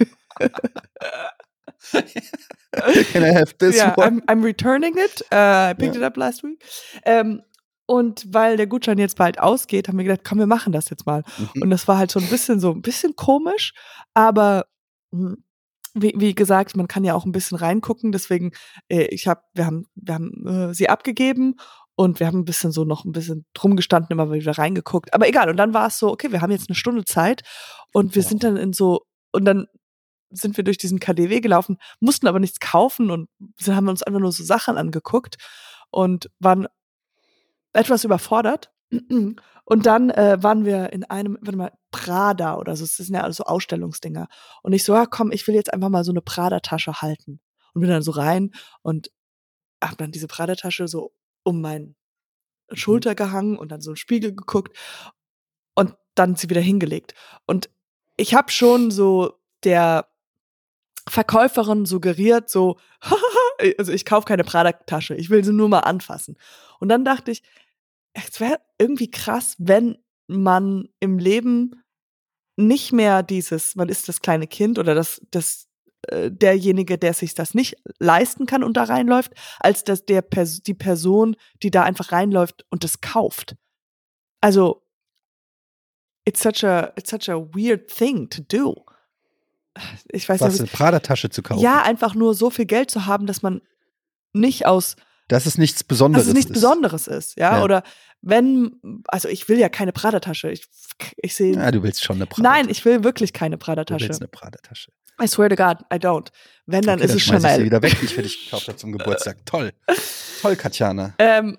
S1: Can I have this
S2: yeah,
S1: one?
S2: I'm, I'm returning it. Uh, I picked
S1: Ja.
S2: it up last week. Ähm, und weil der Gutschein jetzt bald ausgeht, haben wir gedacht, komm, wir machen das jetzt mal.
S1: Mhm.
S2: Und das war halt so ein bisschen so ein bisschen komisch, aber mh, wie, wie gesagt, man kann ja auch ein bisschen reingucken. Deswegen, äh, ich habe, wir haben, wir haben äh, sie abgegeben und wir haben ein bisschen so noch ein bisschen drum gestanden, immer wieder reingeguckt. Aber egal. Und dann war es so, okay, wir haben jetzt eine Stunde Zeit und wir
S1: Ja.
S2: sind dann in so und dann sind wir durch diesen KDW gelaufen, mussten aber nichts kaufen und sind, haben uns einfach nur so Sachen angeguckt und waren etwas überfordert. Und dann äh, waren wir in einem, warte mal, Prada oder so, das sind ja alles so Ausstellungsdinger. Und ich so, ja komm, ich will jetzt einfach mal so eine Prada-Tasche halten. Und bin dann so rein und hab dann diese Prada-Tasche so um meinen Schulter gehangen und dann so einen Spiegel geguckt und dann sie wieder hingelegt. Und ich habe schon so der Verkäuferin suggeriert, so, also ich kaufe keine Prada-Tasche, ich will sie nur mal anfassen. Und dann dachte ich, es wäre irgendwie krass, wenn man im Leben nicht mehr dieses, man ist das kleine Kind oder das, das äh, derjenige, der sich das nicht leisten kann und da reinläuft, als dass der Pers die Person, die da einfach reinläuft und das kauft. Also it's such a it's such a weird thing to do. Ich weiß
S1: Was,
S2: nicht,
S1: eine Pradatasche zu kaufen?
S2: ja, einfach nur so viel Geld zu haben, dass man nicht aus,
S1: Dass es nichts Besonderes
S2: dass es nichts
S1: ist.
S2: Besonderes ist, ja?
S1: Ja.
S2: Oder wenn, also ich will ja keine Prada-Tasche. Ich, ich sehe,
S1: Ja, du willst schon eine Pradatasche.
S2: nein, ich will wirklich keine
S1: Du
S2: Prada-Tasche.
S1: willst eine Pradatasche.
S2: I swear to God, I don't. Wenn, dann
S1: Okay,
S2: ist es
S1: schmeiß Ich sie
S2: Chanel.
S1: wieder weg, die ich für dich gekauft habe zum Geburtstag. Toll. Toll, Katjana.
S2: Ähm,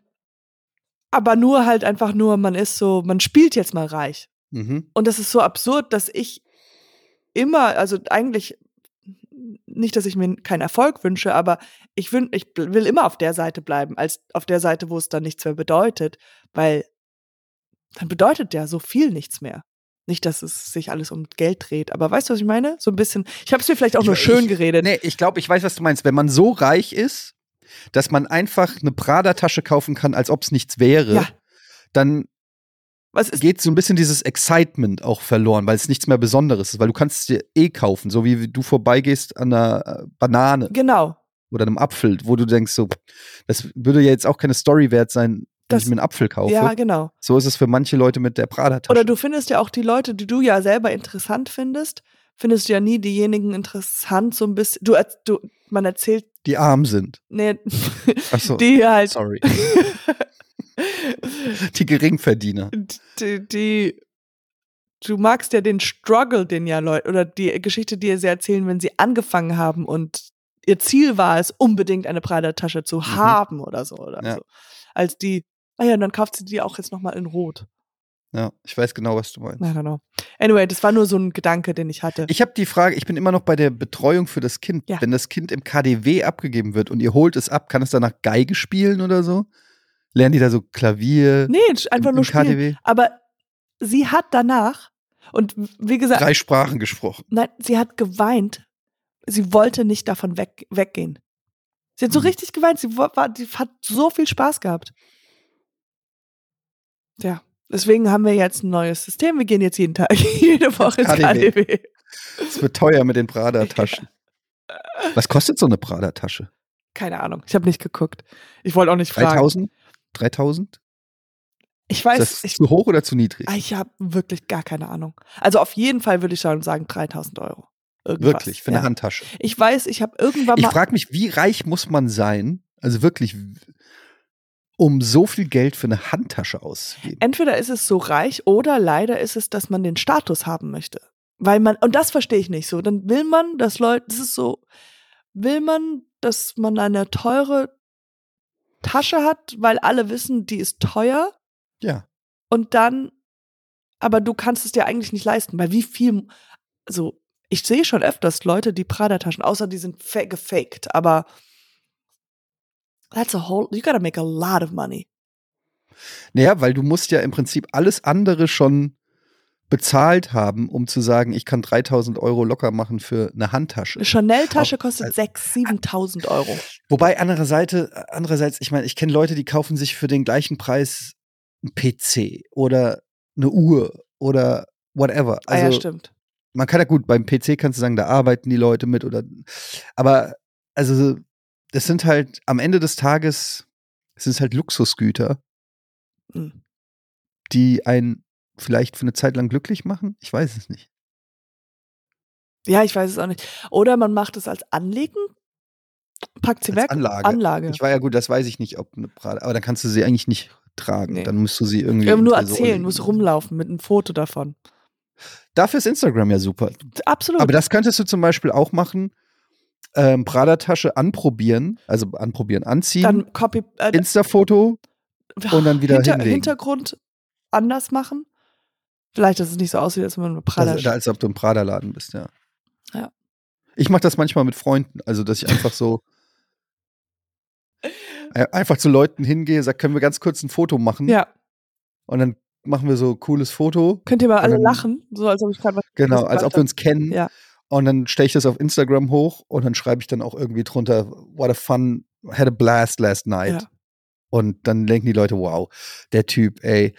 S2: aber nur halt einfach nur, man ist so, man spielt jetzt mal reich.
S1: Mhm.
S2: Und das ist so absurd, dass ich immer, also eigentlich nicht, dass ich mir keinen Erfolg wünsche, aber ich, wün, ich bl- will immer auf der Seite bleiben, als auf der Seite, wo es dann nichts mehr bedeutet, weil dann bedeutet ja so viel nichts mehr. Nicht, dass es sich alles um Geld dreht, aber weißt du, was ich meine? So ein bisschen. Ich habe es mir vielleicht auch
S1: Ich-
S2: nur schön
S1: ich- ne,
S2: geredet.
S1: Nee, ich glaube, ich weiß, was du meinst. Wenn man so reich ist, dass man einfach eine Prada-Tasche kaufen kann, als ob es nichts wäre,
S2: Ja.
S1: dann
S2: was ist
S1: geht so ein bisschen dieses Excitement auch verloren, weil es nichts mehr Besonderes ist, weil du kannst es dir eh kaufen, so wie du vorbeigehst an einer äh, Banane
S2: genau?
S1: oder einem Apfel, wo du denkst so, das würde ja jetzt auch keine Story wert sein, wenn
S2: Das-
S1: ich mir einen Apfel kaufe.
S2: Ja, genau.
S1: So ist es für manche Leute mit der Prada-Tasche.
S2: Oder du findest ja auch die Leute, die du ja selber interessant findest, findest du ja nie diejenigen interessant, so ein bisschen. Du, erz- du man erzählt,
S1: die arm sind.
S2: nee,
S1: Achso,
S2: Ne, die halt,
S1: sorry. die Geringverdiener.
S2: die, die, du magst ja den Struggle, den ja Leute, oder die Geschichte, die sie erzählen, wenn sie angefangen haben und ihr Ziel war es, unbedingt eine Prada-Tasche zu
S1: Mhm.
S2: haben oder so, oder
S1: Ja.
S2: so. Als die, ah ja, und dann kauft sie die auch jetzt nochmal in Rot.
S1: Ja, ich weiß genau, was du meinst.
S2: I don't know. Anyway, das war nur so ein Gedanke, den ich hatte.
S1: Ich habe die Frage, ich bin immer noch bei der Betreuung für das Kind.
S2: Ja.
S1: Wenn das Kind im KDW abgegeben wird und ihr holt es ab, kann es danach Geige spielen oder so? Lernen die da so Klavier?
S2: nee, einfach
S1: im,
S2: nur
S1: im
S2: spielen.
S1: KDW?
S2: Aber sie hat danach, und wie gesagt,
S1: Drei Sprachen gesprochen.
S2: nein, sie hat geweint. Sie wollte nicht davon weg, weggehen. Sie hat so
S1: Mhm.
S2: richtig geweint. Sie, wo- war, die hat so viel Spaß gehabt. Ja, deswegen haben wir jetzt ein neues System. Wir gehen jetzt jeden Tag, jede Woche ins
S1: KDW.
S2: KDW.
S1: Es wird teuer mit den Prada-Taschen. Was kostet so eine Prada-Tasche?
S2: Keine Ahnung. Ich habe nicht geguckt. Ich wollte auch nicht fragen.
S1: 3000? 3000?
S2: Ich
S1: Ist
S2: weiß,
S1: das
S2: ich, Ah,
S1: zu hoch oder zu niedrig?
S2: ich habe wirklich gar keine Ahnung. Also auf jeden Fall würde ich schon sagen 3000 Euro. Irgendwas.
S1: Wirklich, für eine
S2: ja.
S1: Handtasche.
S2: Ich weiß, ich habe irgendwann
S1: Ich
S2: mal
S1: frage mich, wie reich muss man sein, also wirklich, um so viel Geld für eine Handtasche auszugeben?
S2: entweder ist es so reich oder leider ist es, dass man den Status haben möchte. Weil man, und das verstehe ich nicht so, dann will man, dass Leute, das ist so, will man, dass man eine teure Tasche hat, weil alle wissen, die ist teuer
S1: Ja.
S2: und dann, aber du kannst es dir eigentlich nicht leisten, weil wie viel, also ich sehe schon öfters Leute, die Prada-Taschen, außer die sind fa- gefaked, aber that's a whole, you gotta make a lot of money.
S1: Naja, weil du musst ja im Prinzip alles andere schon bezahlt haben, um zu sagen, ich kann 3000 Euro locker machen für eine Handtasche.
S2: Eine Chanel-Tasche kostet
S1: also-
S2: 6.000, 7.000 Euro.
S1: Wobei andererseits, andererseits ich meine, ich kenne Leute, die kaufen sich für den gleichen Preis einen PC oder eine Uhr oder whatever.
S2: ah
S1: Also
S2: ja, stimmt.
S1: man kann ja gut, beim PC kannst du sagen, da arbeiten die Leute mit oder aber also das sind halt am Ende des Tages es sind halt Luxusgüter,
S2: Mhm.
S1: die einen vielleicht für eine Zeit lang glücklich machen. Ich weiß es nicht.
S2: Ja, ich weiß es auch nicht. Oder man macht es als Anlegen, packt sie
S1: Als
S2: weg.
S1: Anlage. Ich war ja gut, das weiß ich nicht, ob eine Prada, aber dann kannst du sie eigentlich nicht tragen.
S2: Nee.
S1: Dann musst du sie irgendwie.
S2: Ja,
S1: im
S2: nur
S1: Tresor
S2: erzählen,
S1: legen.
S2: muss rumlaufen mit einem Foto davon.
S1: Dafür ist Instagram ja super.
S2: Absolut.
S1: Hm. Aber das könntest du zum Beispiel auch machen. Ähm, Prada-Tasche anprobieren, also anprobieren, anziehen,
S2: dann Copy äh,
S1: Insta-Foto und dann wieder
S2: Hinter,
S1: hinlegen. Also,
S2: Hintergrund anders machen. Vielleicht, dass es nicht so aussieht, als wenn man mit Prada
S1: also, als ob du im Prada-Laden bist, ja.
S2: Ja.
S1: Ich mache das manchmal mit Freunden, also dass ich einfach so Ein- einfach zu Leuten hingehe, sag, können wir ganz kurz ein Foto machen?
S2: Ja,
S1: Und dann machen wir so ein cooles Foto,
S2: könnt ihr mal alle
S1: dann-
S2: lachen, so als ob ich gerade was
S1: genau,
S2: was
S1: als ob
S2: gemacht
S1: wir uns kennen.
S2: Ja.
S1: Und dann stelle ich das auf Instagram hoch und dann schreibe ich dann auch irgendwie drunter, what a fun, had a blast last night.
S2: Ja.
S1: Und dann denken die Leute, wow, der Typ, ey,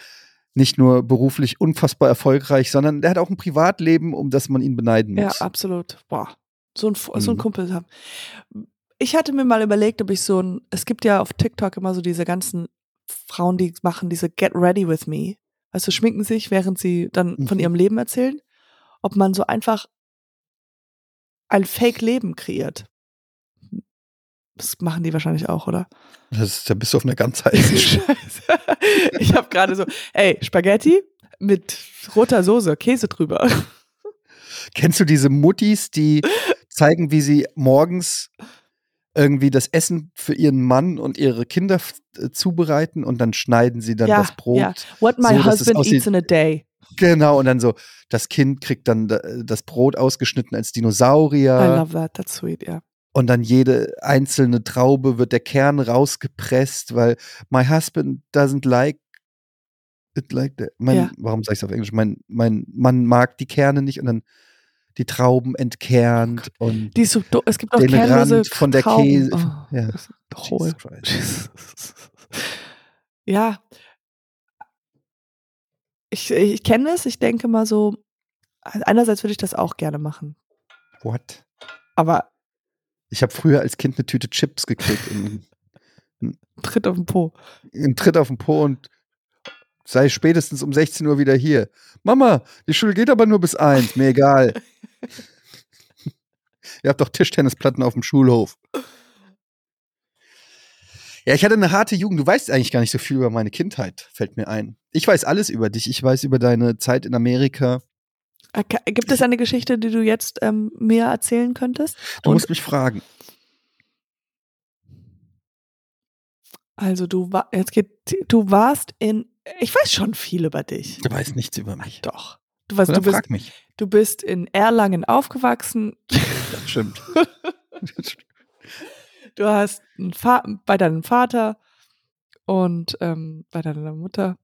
S1: nicht nur beruflich unfassbar erfolgreich, sondern der hat auch ein Privatleben, um das man ihn beneiden
S2: Ja,
S1: muss.
S2: absolut. Boah, so ein, Fu- so ein
S1: Mhm.
S2: Kumpel haben. Ich hatte mir mal überlegt, ob ich so ein, es gibt ja auf TikTok immer so diese ganzen Frauen, die machen diese Get Ready With Me. Also schminken sich, während sie dann von
S1: Mhm.
S2: ihrem Leben erzählen, ob man so einfach ein Fake-Leben kreiert. Das machen die wahrscheinlich auch, oder?
S1: Das ist, da bist du auf einer ganz heißen Sch-
S2: Scheiße. Ich habe gerade so, ey, Spaghetti mit roter Soße, Käse drüber.
S1: Kennst du diese Muttis, die zeigen, wie sie morgens irgendwie das Essen für ihren Mann und ihre Kinder f- äh, zubereiten und dann schneiden sie dann
S2: Ja,
S1: das Brot.
S2: ja. What my
S1: So, dass es
S2: husband eats
S1: aussieht-
S2: in a day.
S1: Genau, und dann so, das Kind kriegt dann äh, das Brot ausgeschnitten als
S2: I
S1: Dinosaurier
S2: love that. That's sweet, ja.
S1: und dann jede einzelne Traube wird der Kern rausgepresst, weil my husband doesn't like it like that. Mein,
S2: Ja.
S1: Warum sage ich es auf Englisch? Mein, mein Mann mag die Kerne nicht und dann die Trauben entkernt und
S2: Oh Die ist so, do- es gibt auch
S1: Den
S2: kernlose
S1: Rand von der
S2: Trauben.
S1: Käse-
S2: Oh,
S1: ja.
S2: das ist Hohl.
S1: Jesus Christ.
S2: ja. Ich, ich kenne es, ich denke mal so, einerseits würde ich das auch gerne machen,
S1: What?
S2: aber
S1: Ich habe früher als Kind eine Tüte Chips gekriegt und
S2: tritt auf den Po.
S1: einen Tritt auf den Po und sei spätestens um 16 Uhr wieder hier. Mama, die Schule geht aber nur bis eins, mir egal. Ihr habt doch Tischtennisplatten auf dem Schulhof. Ja, ich hatte eine harte Jugend. Du weißt eigentlich gar nicht so viel über meine Kindheit, fällt mir ein. Ich weiß alles über dich. Ich weiß über deine Zeit in Amerika.
S2: Okay, Äh, Gibt es eine Geschichte, die du jetzt ähm, mir erzählen könntest?
S1: Du
S2: Und-
S1: musst mich fragen.
S2: Also du war, jetzt geht, du warst in, ich weiß schon viel über dich.
S1: Du weißt nichts über mich.
S2: Doch. Du weißt,
S1: Oder
S2: du bist,
S1: frag mich.
S2: du bist in Erlangen aufgewachsen,
S1: Das stimmt. Das stimmt.
S2: Du hast einen Fa bei deinem Vater und ähm, bei deiner Mutter.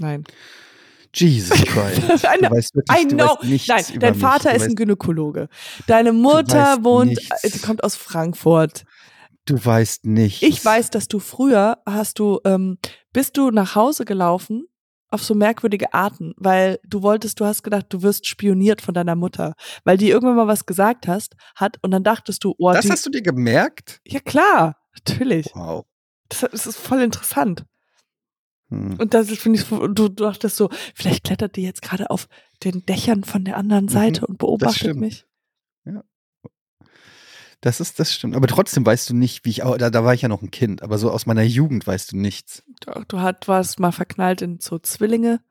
S2: Nein.
S1: Jesus Christ.
S2: Eine-
S1: Du weißt wirklich,
S2: I
S1: du
S2: know.
S1: weißt nichts
S2: Nein,
S1: über
S2: dein
S1: mich.
S2: Vater
S1: du
S2: ist ein
S1: weißt,
S2: Gynäkologe. Deine Mutter
S1: weißt
S2: wohnt,
S1: nichts.
S2: äh, die kommt aus Frankfurt.
S1: Du weißt nichts.
S2: Ich weiß, dass du früher hast du, ähm, bist du nach Hause gelaufen auf so merkwürdige Arten, weil du wolltest, du hast gedacht, du wirst spioniert von deiner Mutter, weil die irgendwann mal was gesagt hast, hat und dann dachtest du, oh,
S1: Das
S2: die,
S1: hast du dir gemerkt?
S2: ja klar, natürlich.
S1: Wow.
S2: Das, das ist voll interessant.
S1: Hm.
S2: Und das ist, finde ich, so- du, du dachtest so, vielleicht klettert die jetzt gerade auf den Dächern von der anderen Seite und beobachtet
S1: stimmt.
S2: mich.
S1: Das ist, das stimmt. Aber trotzdem weißt du nicht, wie ich, au- da, da war ich ja noch ein Kind, aber so aus meiner Jugend weißt du nichts.
S2: Du, du hat, warst mal verknallt in so Zwillinge.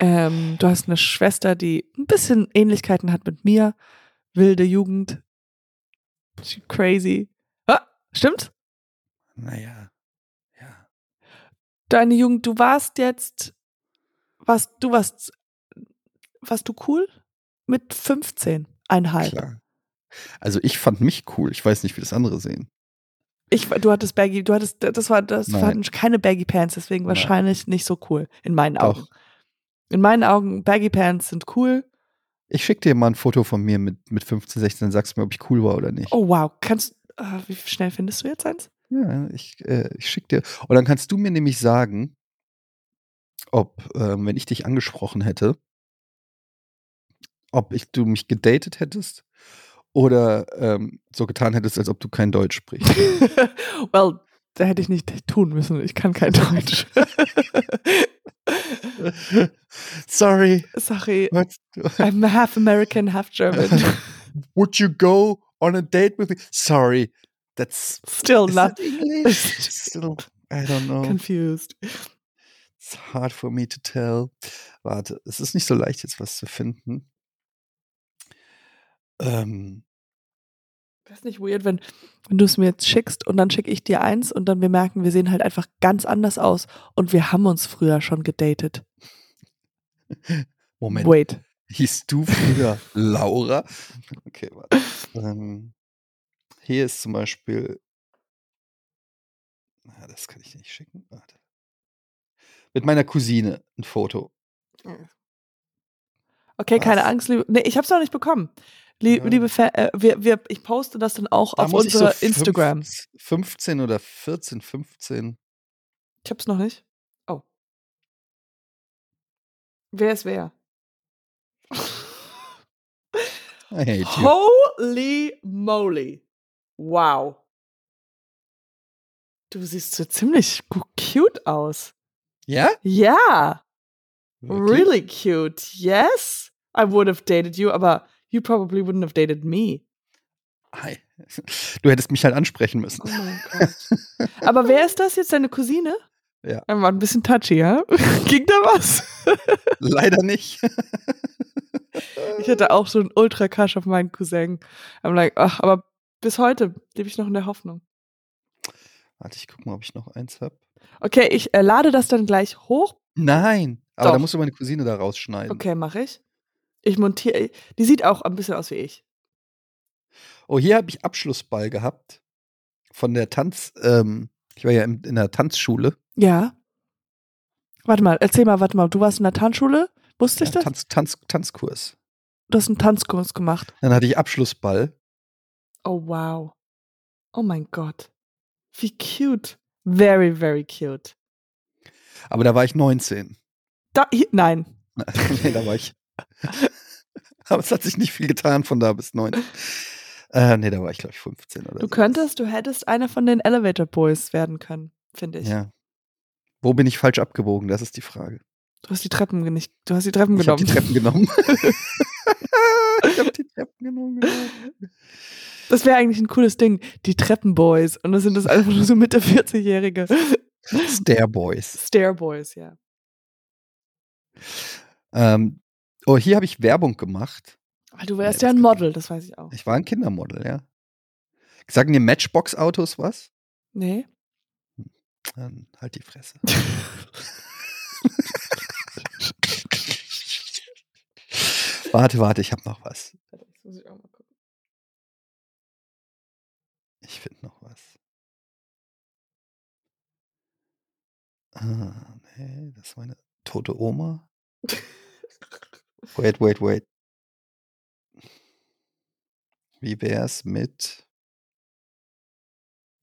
S2: Ähm, du hast eine Schwester, die ein bisschen Ähnlichkeiten hat mit mir. Wilde Jugend. Crazy. Ah, stimmt?
S1: Naja. Ja.
S2: deine Jugend, du warst jetzt, warst, du warst, warst du cool? Mit 15, einhalb.
S1: Klar. Also ich fand mich cool. Ich weiß nicht, wie das andere sehen.
S2: Ich, du hattest Baggy, du hattest, das war, das
S1: Nein.
S2: waren keine Baggy Pants, deswegen
S1: Nein.
S2: wahrscheinlich nicht so cool, in meinen
S1: Doch.
S2: Augen. In meinen Augen, Baggy Pants sind cool.
S1: Ich schicke dir mal ein Foto von mir mit, mit 15, 16, dann sagst du mir, ob ich cool war oder nicht.
S2: Oh wow, kannst, äh, wie schnell findest du jetzt eins?
S1: Ja, ich, äh, ich schicke dir. Und dann kannst du mir nämlich sagen, ob, ähm, wenn ich dich angesprochen hätte, ob ich, du mich gedatet hättest oder ähm, so getan hättest, als ob du kein Deutsch sprichst.
S2: well, da hätte ich nicht tun müssen, ich kann kein Deutsch.
S1: Sorry.
S2: Sorry,
S1: What?
S2: I'm half American, half German.
S1: Would you go on a date with me? Sorry. That's
S2: Still
S1: is
S2: not
S1: that English? Still, I don't know.
S2: confused.
S1: It's hard for me to tell. Warte, es ist nicht so leicht, jetzt was zu finden. Ähm,
S2: Wäre nicht weird, wenn, wenn du es mir jetzt schickst und dann schicke ich dir eins und dann wir merken, wir sehen halt einfach ganz anders aus und wir haben uns früher schon gedatet.
S1: Moment.
S2: Wait.
S1: Hieß du früher Laura? Okay, warte. Ähm, hier ist zum Beispiel. Na, das kann ich nicht schicken. Warte. Mit meiner Cousine ein Foto.
S2: Okay, keine
S1: Was?
S2: Angst, liebe. Nee, ich hab's noch nicht bekommen. Lie
S1: Ja.
S2: Liebe Fa äh, wir, wir, ich poste das dann auch
S1: Da
S2: auf
S1: muss ich so
S2: unserer
S1: fünf-
S2: Instagram.
S1: 15 oder 14, 15.
S2: Ich hab's noch nicht. Oh. Wer ist wer?
S1: I hate you.
S2: Holy moly. Wow. Du siehst so ziemlich gu- cute aus.
S1: Ja?
S2: Ja,
S1: Wirklich?
S2: really cute. Yes, I would have dated you, aber you probably wouldn't have dated me.
S1: Hi. Du hättest mich halt ansprechen müssen.
S2: Oh mein Gott. aber wer ist das jetzt? Deine Cousine?
S1: Ja.
S2: Er War ein bisschen touchy, ja? Ging da was?
S1: Leider nicht.
S2: Ich hatte auch so einen Ultra-Crush auf meinen Cousin. I'm like, ach, aber bis heute lebe ich noch in der Hoffnung.
S1: Warte, ich guck mal, ob ich noch eins habe.
S2: Okay, ich äh, lade das dann gleich hoch.
S1: Nein, aber da
S2: Doch.
S1: musst du meine Cousine da rausschneiden.
S2: Okay, mache ich. Ich montiere. Die sieht auch ein bisschen aus wie ich.
S1: Oh, hier habe ich Abschlussball gehabt von der Tanz. Ähm, ich war ja in, in der Tanzschule.
S2: Ja. Warte mal, erzähl mal, warte mal. Du warst in der Tanzschule? Wusste
S1: Ja,
S2: ich das?
S1: äh, Tanz, Tanz, Tanzkurs.
S2: Du hast einen Tanzkurs gemacht.
S1: Dann hatte ich Abschlussball.
S2: Oh, wow. Oh mein Gott. Wie cute. Very, very cute.
S1: Aber da war ich 19.
S2: Da, hi- nein.
S1: nee, da war ich. aber es hat sich nicht viel getan von da bis 19. Äh, nee, da war ich, glaube ich, 15 oder
S2: Du
S1: so.
S2: könntest, du hättest einer von den Elevator Boys werden können, finde ich.
S1: Ja. Wo bin ich falsch abgebogen? Das ist die Frage.
S2: Du hast die Treppen nicht, du hast die Treppen
S1: Ich habe
S2: genommen.
S1: die Treppen genommen. ich habe die Treppen genommen. genau.
S2: Das wäre eigentlich ein cooles Ding. Die Treppenboys. Und das sind das einfach nur so Mitte 40-Jährige.
S1: Stairboys.
S2: Stairboys, ja.
S1: Ähm, oh, hier habe ich Werbung gemacht.
S2: Aber du wärst
S1: Nee,
S2: ja
S1: das
S2: ein
S1: geht
S2: Model, das weiß ich auch.
S1: Ich war ein Kindermodel, ja. Sagen dir Matchbox-Autos was?
S2: Nee.
S1: Dann halt die Fresse. warte, warte, ich habe noch was. Ich finde noch was. Ah, nee, das war eine tote Oma. Wait, wait, wait. Wie wär's mit.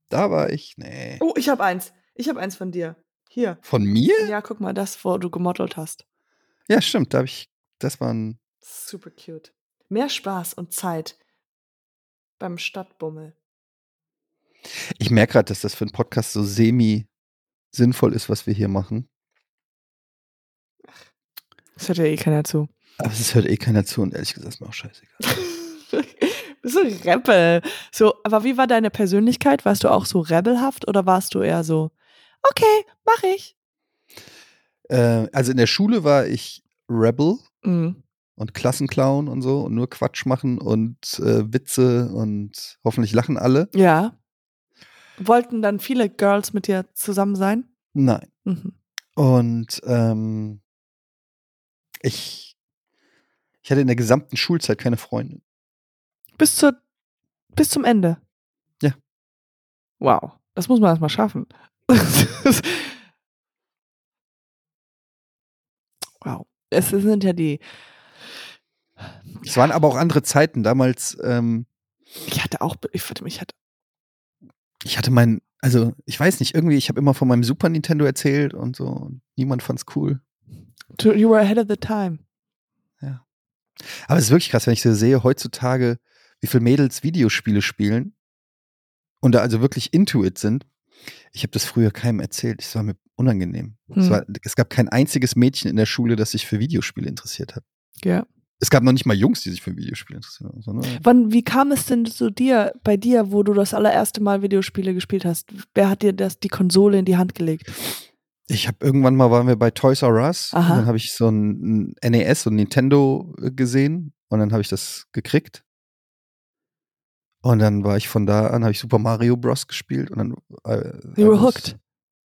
S1: Da war ich, nee.
S2: Oh, ich habe eins. Ich habe eins von dir. Hier.
S1: Von mir?
S2: Ja, guck mal, das, wo du gemodelt hast.
S1: Ja, stimmt, da habe ich. Das war ein
S2: Super cute. Mehr Spaß und Zeit beim Stadtbummel.
S1: Ich merke gerade, dass das für einen Podcast so semi sinnvoll ist, was wir hier machen.
S2: Das hört ja eh keiner zu.
S1: Aber es hört eh keiner zu und ehrlich gesagt ist mir auch scheißegal.
S2: so Rebel. So, aber wie war deine Persönlichkeit? Warst du auch so rebelhaft oder warst du eher so, okay, mach ich?
S1: äh, also in der Schule war ich Rebel
S2: Mhm.
S1: und Klassenclown und so und nur Quatsch machen und äh, Witze und hoffentlich lachen alle.
S2: Ja. Wollten dann viele Girls mit dir zusammen sein?
S1: Nein.
S2: Mhm.
S1: Und ähm, ich, ich hatte in der gesamten Schulzeit keine Freunde.
S2: Bis, zur, bis zum Ende.
S1: Ja.
S2: Wow, das muss man erstmal schaffen. wow. Es sind ja die.
S1: Es waren aber auch andere Zeiten. Damals, ähm,
S2: Ich hatte auch. Ich, warte mal, ich hatte.
S1: ich hatte mein, also ich weiß nicht, irgendwie, ich habe immer von meinem Super Nintendo erzählt und so. Und niemand fand's cool.
S2: You were ahead of the time.
S1: Aber es ist wirklich krass, wenn ich so sehe, heutzutage, wie viele Mädels Videospiele spielen und da also wirklich into it sind. Ich habe das früher keinem erzählt. Es war mir unangenehm. Es,
S2: Hm.
S1: war, es gab kein einziges Mädchen in der Schule, das sich für Videospiele interessiert hat.
S2: Ja.
S1: Es gab noch nicht mal Jungs, die sich für Videospiele interessiert haben. sondern-
S2: Wann, wie kam es denn zu dir, bei dir, wo du das allererste Mal Videospiele gespielt hast? Wer hat dir das, die Konsole in die Hand gelegt?
S1: Ich habe irgendwann mal waren wir bei Toys R Us
S2: Aha.
S1: und dann habe ich so ein ein NES E und Nintendo äh, gesehen und dann habe ich das gekriegt. Und dann war ich von da an, habe ich Super Mario Bros. gespielt und dann. äh, I
S2: You were
S1: was-
S2: hooked.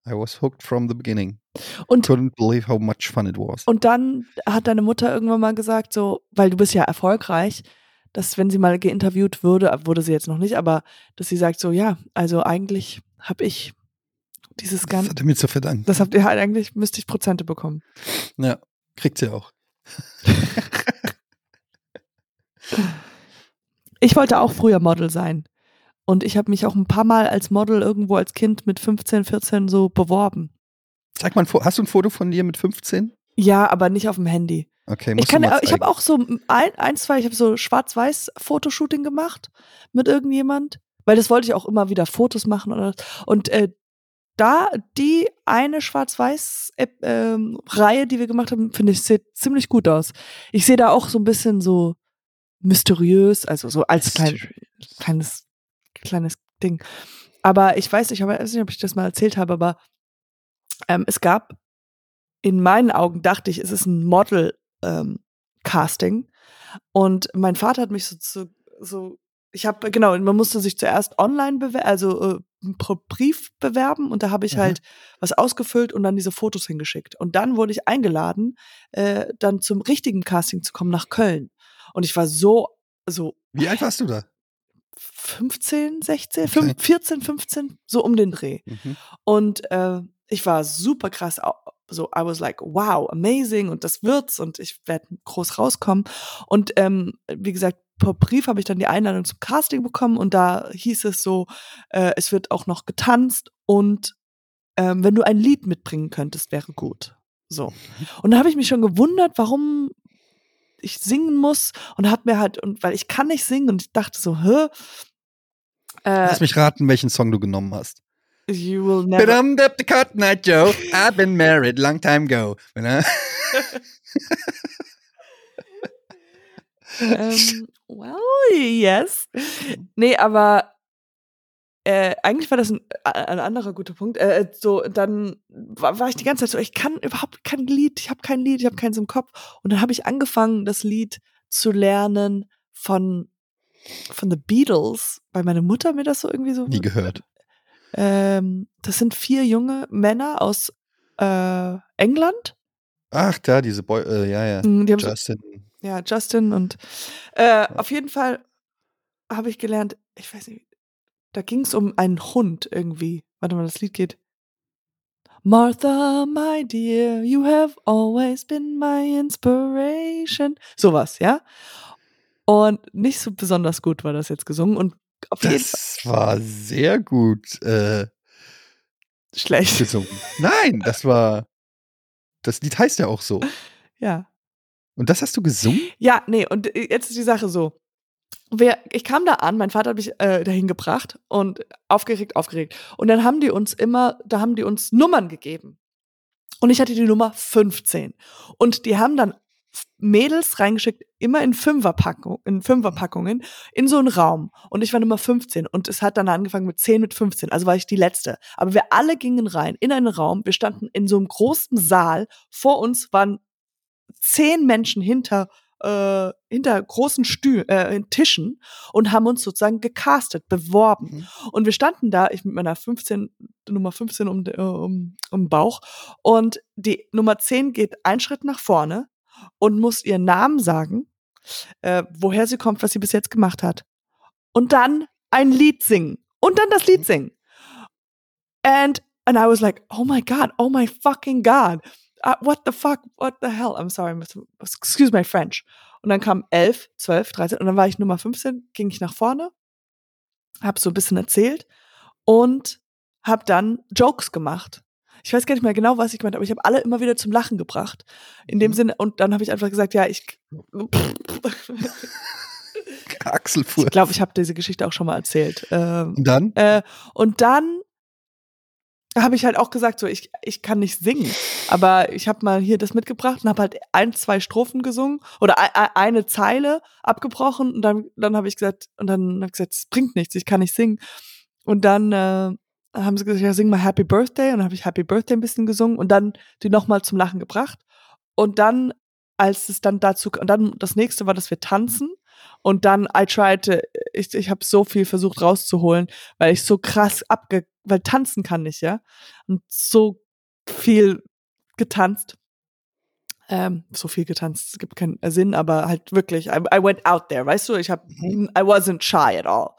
S1: I was hooked from the beginning.
S2: Und,
S1: Couldn't believe how much fun it was.
S2: und dann hat deine Mutter irgendwann mal gesagt, so, weil du bist ja erfolgreich, dass wenn sie mal geinterviewt würde, äh, wurde sie jetzt noch nicht, aber dass sie sagt so, ja, also eigentlich habe ich dieses
S1: das
S2: ganze,
S1: hat er mir zu verdanken.
S2: das habt ihr halt eigentlich, müsste ich Prozente bekommen.
S1: ja, kriegt sie auch.
S2: Ich wollte auch früher Model sein. Und ich habe mich auch ein paar Mal als Model irgendwo als Kind mit 15, 14 so beworben.
S1: Zeig mal, ein Fo- hast du ein Foto von dir mit 15?
S2: Ja, aber nicht auf dem Handy.
S1: Okay,
S2: Ich,
S1: musst
S2: kann,
S1: du mal
S2: ich habe
S1: zeigen.
S2: auch so ein, ein zwei, ich habe so schwarz-weiß Fotoshooting gemacht mit irgendjemand, weil das wollte ich auch immer wieder Fotos machen oder und äh, da die eine schwarz-weiß äh, ähm, Reihe, die wir gemacht haben, finde ich sieht ziemlich gut aus. Ich sehe da auch so ein bisschen so mysteriös, also so als klein, kleines kleines Ding. Aber ich weiß nicht, ich weiß nicht, ob ich das mal erzählt habe, aber ähm, es gab in meinen Augen dachte ich, es ist ein Model-Casting. und mein Vater hat mich so, zu, so ich habe, genau, man musste sich zuerst online bewerben, also äh, pro Brief bewerben und da habe ich
S1: Mhm.
S2: halt was ausgefüllt und dann diese Fotos hingeschickt. Und dann wurde ich eingeladen, äh, dann zum richtigen Casting zu kommen nach Köln. Und ich war so, so
S1: Wie alt warst du da?
S2: 15, 16,
S1: Okay.
S2: 15, 14, 15, so um den Dreh.
S1: Mhm.
S2: Und äh, ich war super krass, au- so I was like, wow, amazing und das wird's und ich werde groß rauskommen. Und ähm, wie gesagt, per Brief habe ich dann die Einladung zum Casting bekommen und da hieß es so, äh, es wird auch noch getanzt und ähm, wenn du ein Lied mitbringen könntest, wäre gut. So. Und da habe ich mich schon gewundert, warum ich singen muss und habe mir halt, und weil ich kann nicht singen und ich dachte so, hä? Äh,
S1: Lass mich raten, welchen Song du genommen hast.
S2: you will never
S1: Bedummed up the Cotton Eye Joe. I've been married long time ago.
S2: ähm, well, yes. Nee, aber äh, eigentlich war das ein, ein anderer guter Punkt. Äh, so, dann war, war ich die ganze Zeit so, ich kann überhaupt kein Lied, ich habe kein Lied, ich habe keins im Kopf. Und dann habe ich angefangen, das Lied zu lernen von, von The Beatles, weil meine Mutter mir das so irgendwie so
S1: Nie gehört.
S2: Ähm, das sind vier junge Männer aus äh, England.
S1: Ach, da, diese Boy. Äh, ja, ja.
S2: Mm, Die haben so
S1: Justin.
S2: ja, Justin und äh, auf jeden Fall habe ich gelernt, ich weiß nicht, da ging es um einen Hund irgendwie. Warte mal, das Lied geht. Martha, my dear, you have always been my inspiration. Sowas, ja? Und nicht so besonders gut war das jetzt gesungen und auf jeden Fall
S1: Das war sehr gut äh,
S2: schlecht.
S1: gesungen. Nein, das war. Das Lied heißt ja auch so.
S2: Ja.
S1: Und das hast du gesungen?
S2: Ja, nee, und äh, jetzt ist die Sache so. Wer, ich kam da an, mein Vater hat mich äh, dahin gebracht und aufgeregt, aufgeregt. Und dann haben die uns immer, da haben die uns Nummern gegeben. Und ich hatte die Nummer 15. Und die haben dann Mädels reingeschickt, immer in Fünferpackung, in Fünferpackungen, in so einen Raum. Und ich war Nummer 15. Und es hat dann angefangen mit 10, mit 15. Also war ich die Letzte. Aber wir alle gingen rein in einen Raum. Wir standen in so einem großen Saal. Vor uns waren zehn Menschen hinter äh, äh, hinter großen Stüh äh, Tischen und haben uns sozusagen gecastet, beworben. Und wir standen da, ich mit meiner 15, Nummer 15 um, äh, um, um Bauch. Und die Nummer 10 geht einen Schritt nach vorne und muss ihren Namen sagen, äh, woher sie kommt, was sie bis jetzt gemacht hat. Und dann ein Lied singen. Und dann das Lied singen. And, and I was like, oh my God, oh my fucking God. Uh, what the fuck, what the hell? I'm sorry, Mr. excuse my French. Und dann kam 11, 12, 13 und dann war ich Nummer 15, ging ich nach vorne, hab so ein bisschen erzählt und hab dann Jokes gemacht. Ich weiß gar nicht mehr genau, was ich gemeint habe, aber ich habe alle immer wieder zum Lachen gebracht. In dem Sinne, und dann habe ich einfach gesagt, ja, ich
S1: Axel fuhr.
S2: ich glaube, ich habe diese Geschichte auch schon mal erzählt. Ähm,
S1: Und dann?
S2: äh, und dann habe ich halt auch gesagt, so ich, ich kann nicht singen, aber ich habe mal hier das mitgebracht und habe halt ein, zwei Strophen gesungen oder ei- ei- eine Zeile abgebrochen und dann, dann habe ich gesagt, und dann habe ich gesagt, es bringt nichts, ich kann nicht singen. Und dann äh, haben sie gesagt, ja, sing mal Happy Birthday und dann habe ich Happy Birthday ein bisschen gesungen und dann die nochmal zum Lachen gebracht. Und dann, als es dann dazu, und dann das nächste war, dass wir tanzen und dann I tried, to- ich, ich habe so viel versucht rauszuholen, weil ich so krass abge, weil tanzen kann ich, ja. Und so viel getanzt. Ähm, so viel getanzt, es gibt keinen Sinn, aber halt wirklich, I, I went out there, weißt du, ich habe, I wasn't shy at all.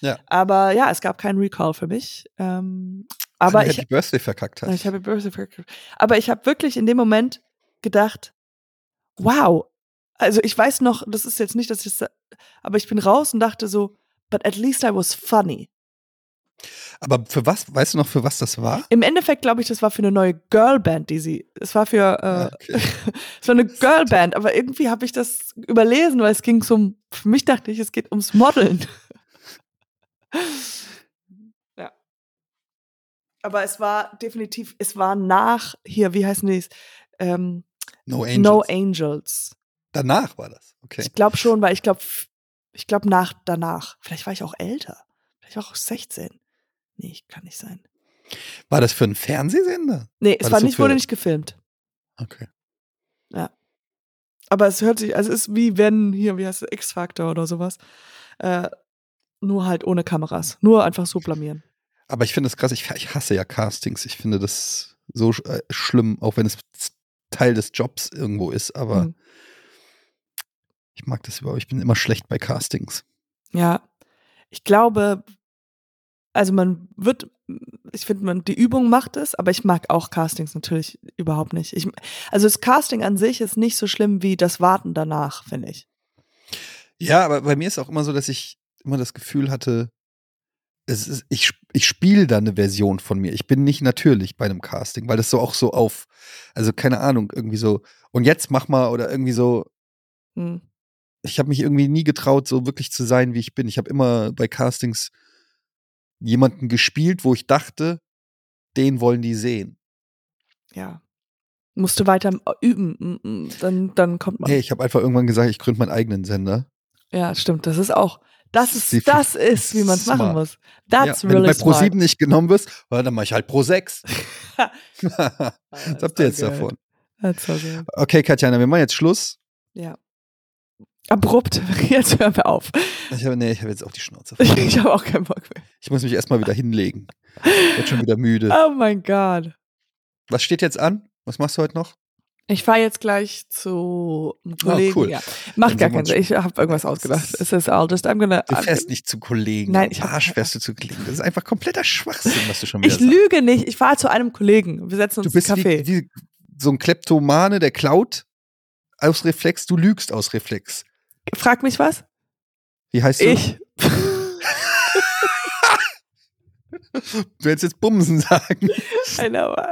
S1: Ja.
S2: Aber ja, es gab keinen Recall für mich. Ähm, aber
S1: Weil
S2: ich,
S1: Happy Birthday verkackt hast.
S2: ich habe Birthday verkauft. Aber ich habe wirklich in dem Moment gedacht, wow. Also ich weiß noch, das ist jetzt nicht, dass ich, sa- aber ich bin raus und dachte so, but at least I was funny.
S1: Aber für was, weißt du noch, für was das war?
S2: Im Endeffekt glaube ich, das war für eine neue Girlband, die sie, es war für, äh,
S1: Ah, Okay.
S2: es war eine Girlband, aber irgendwie habe ich das überlesen, weil es ging so, um- für mich dachte ich, es geht ums Modeln. ja. Aber es war definitiv, es war nach hier, wie heißen die? Ähm,
S1: No Angels.
S2: No Angels.
S1: Danach war das. Okay.
S2: Ich glaube schon, weil ich glaube, ich glaube nach danach. Vielleicht war ich auch älter. Vielleicht war ich auch 16. Nee, ich kann nicht sein.
S1: War das für einen Fernsehsender?
S2: Nee, es
S1: War das
S2: war
S1: so
S2: nicht, wurde
S1: für-
S2: nicht gefilmt.
S1: Okay.
S2: Aber es hört sich, also es ist wie wenn hier, wie heißt es, X-Factor oder sowas. Äh, nur halt ohne Kameras. Nur einfach so blamieren.
S1: Aber ich finde das krass. Ich, ich hasse ja Castings. Ich finde das so sch- äh, schlimm, auch wenn es Teil des Jobs irgendwo ist. Aber
S2: Mhm.
S1: ich mag das überhaupt. Ich bin immer schlecht bei Castings.
S2: Ja. Ich glaube, also man wird, ich finde, man, die Übung macht es, aber ich mag auch Castings natürlich überhaupt nicht. Ich, also das Casting an sich ist nicht so schlimm wie das Warten danach, finde ich.
S1: Ja, aber bei mir ist auch immer so, dass ich immer das Gefühl hatte, es ist, ich, sp- ich spiele da eine Version von mir. Ich bin nicht natürlich bei einem Casting, weil das so auch so auf, also keine Ahnung, irgendwie so, und jetzt mach mal oder irgendwie so,
S2: Hm.
S1: ich habe mich irgendwie nie getraut, so wirklich zu sein, wie ich bin. Ich habe immer bei Castings jemanden gespielt, wo ich dachte, den wollen die sehen.
S2: Ja. Musst du weiter üben, mm, mm, dann, dann kommt man.
S1: Nee, ich habe einfach irgendwann gesagt, ich gründe meinen eigenen Sender.
S2: Ja, stimmt. Das ist auch. Das
S1: Sie-
S2: ist, das ist, wie man es machen
S1: Smart.
S2: muss. That's
S1: ja, wenn
S2: really
S1: du bei Pro
S2: smart.
S1: 7 nicht genommen wirst, ja, dann mache ich halt Pro 6. Was
S2: Was
S1: habt ihr jetzt davon?
S2: That's all good.
S1: Okay, Katjana, wir machen jetzt Schluss.
S2: Ja. Abrupt. Jetzt hören wir auf.
S1: Ich habe nee, ich hab jetzt auch die Schnauze. voll.
S2: Ich habe auch keinen Bock mehr.
S1: Ich muss mich erstmal wieder hinlegen. Ich bin schon wieder müde.
S2: Oh mein Gott.
S1: Was steht jetzt an? Was machst du heute noch?
S2: Ich fahre jetzt gleich zu einem Kollegen.
S1: Ah, cool.
S2: ja.
S1: Dann
S2: Macht gar
S1: sehen wir
S2: keinen
S1: uns
S2: Sinn. Ich habe irgendwas
S1: Ja, das
S2: ausgedacht.
S1: ist-
S2: Es ist all just, I'm gonna.
S1: Du
S2: I'm
S1: fährst nicht zu Kollegen.
S2: Äh, Nein,
S1: Am
S2: ich hab-
S1: Arsch fährst du zu Kollegen. Das ist einfach kompletter Schwachsinn, was du schon wieder
S2: ich lüge nicht. Ich fahre zu einem Kollegen. Wir setzen
S1: Du
S2: uns
S1: bist
S2: einen Kaffee.
S1: wie, wie so ein Kleptomane, der klaut aus Reflex. Du lügst aus Reflex.
S2: Frag mich was?
S1: Wie heißt du?
S2: Ich.
S1: Du hättest jetzt Bumsen sagen.
S2: I know.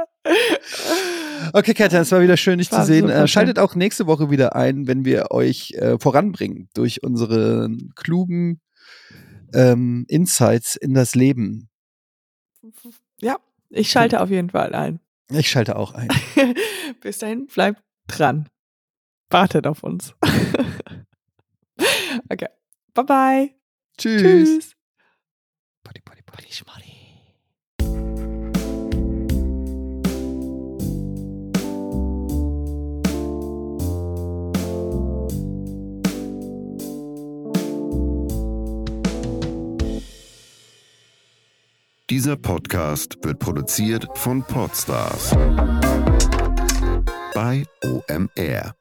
S1: Okay, Katja, es war wieder schön, dich
S2: War
S1: zu sehen.
S2: super
S1: Äh, Schaltet auch nächste Woche wieder ein, wenn wir euch äh, voranbringen durch unsere klugen ähm, Insights in das Leben.
S2: Ja, ich schalte auf jeden Fall ein.
S1: Ich schalte auch ein.
S2: Bis dahin, bleibt dran. Wartet auf uns. okay. Bye bye.
S1: Tschüss.
S2: Tschüss.
S1: Party, party, party.
S2: Schmoddy.
S3: Dieser Podcast wird produziert von Podstars bei OMR.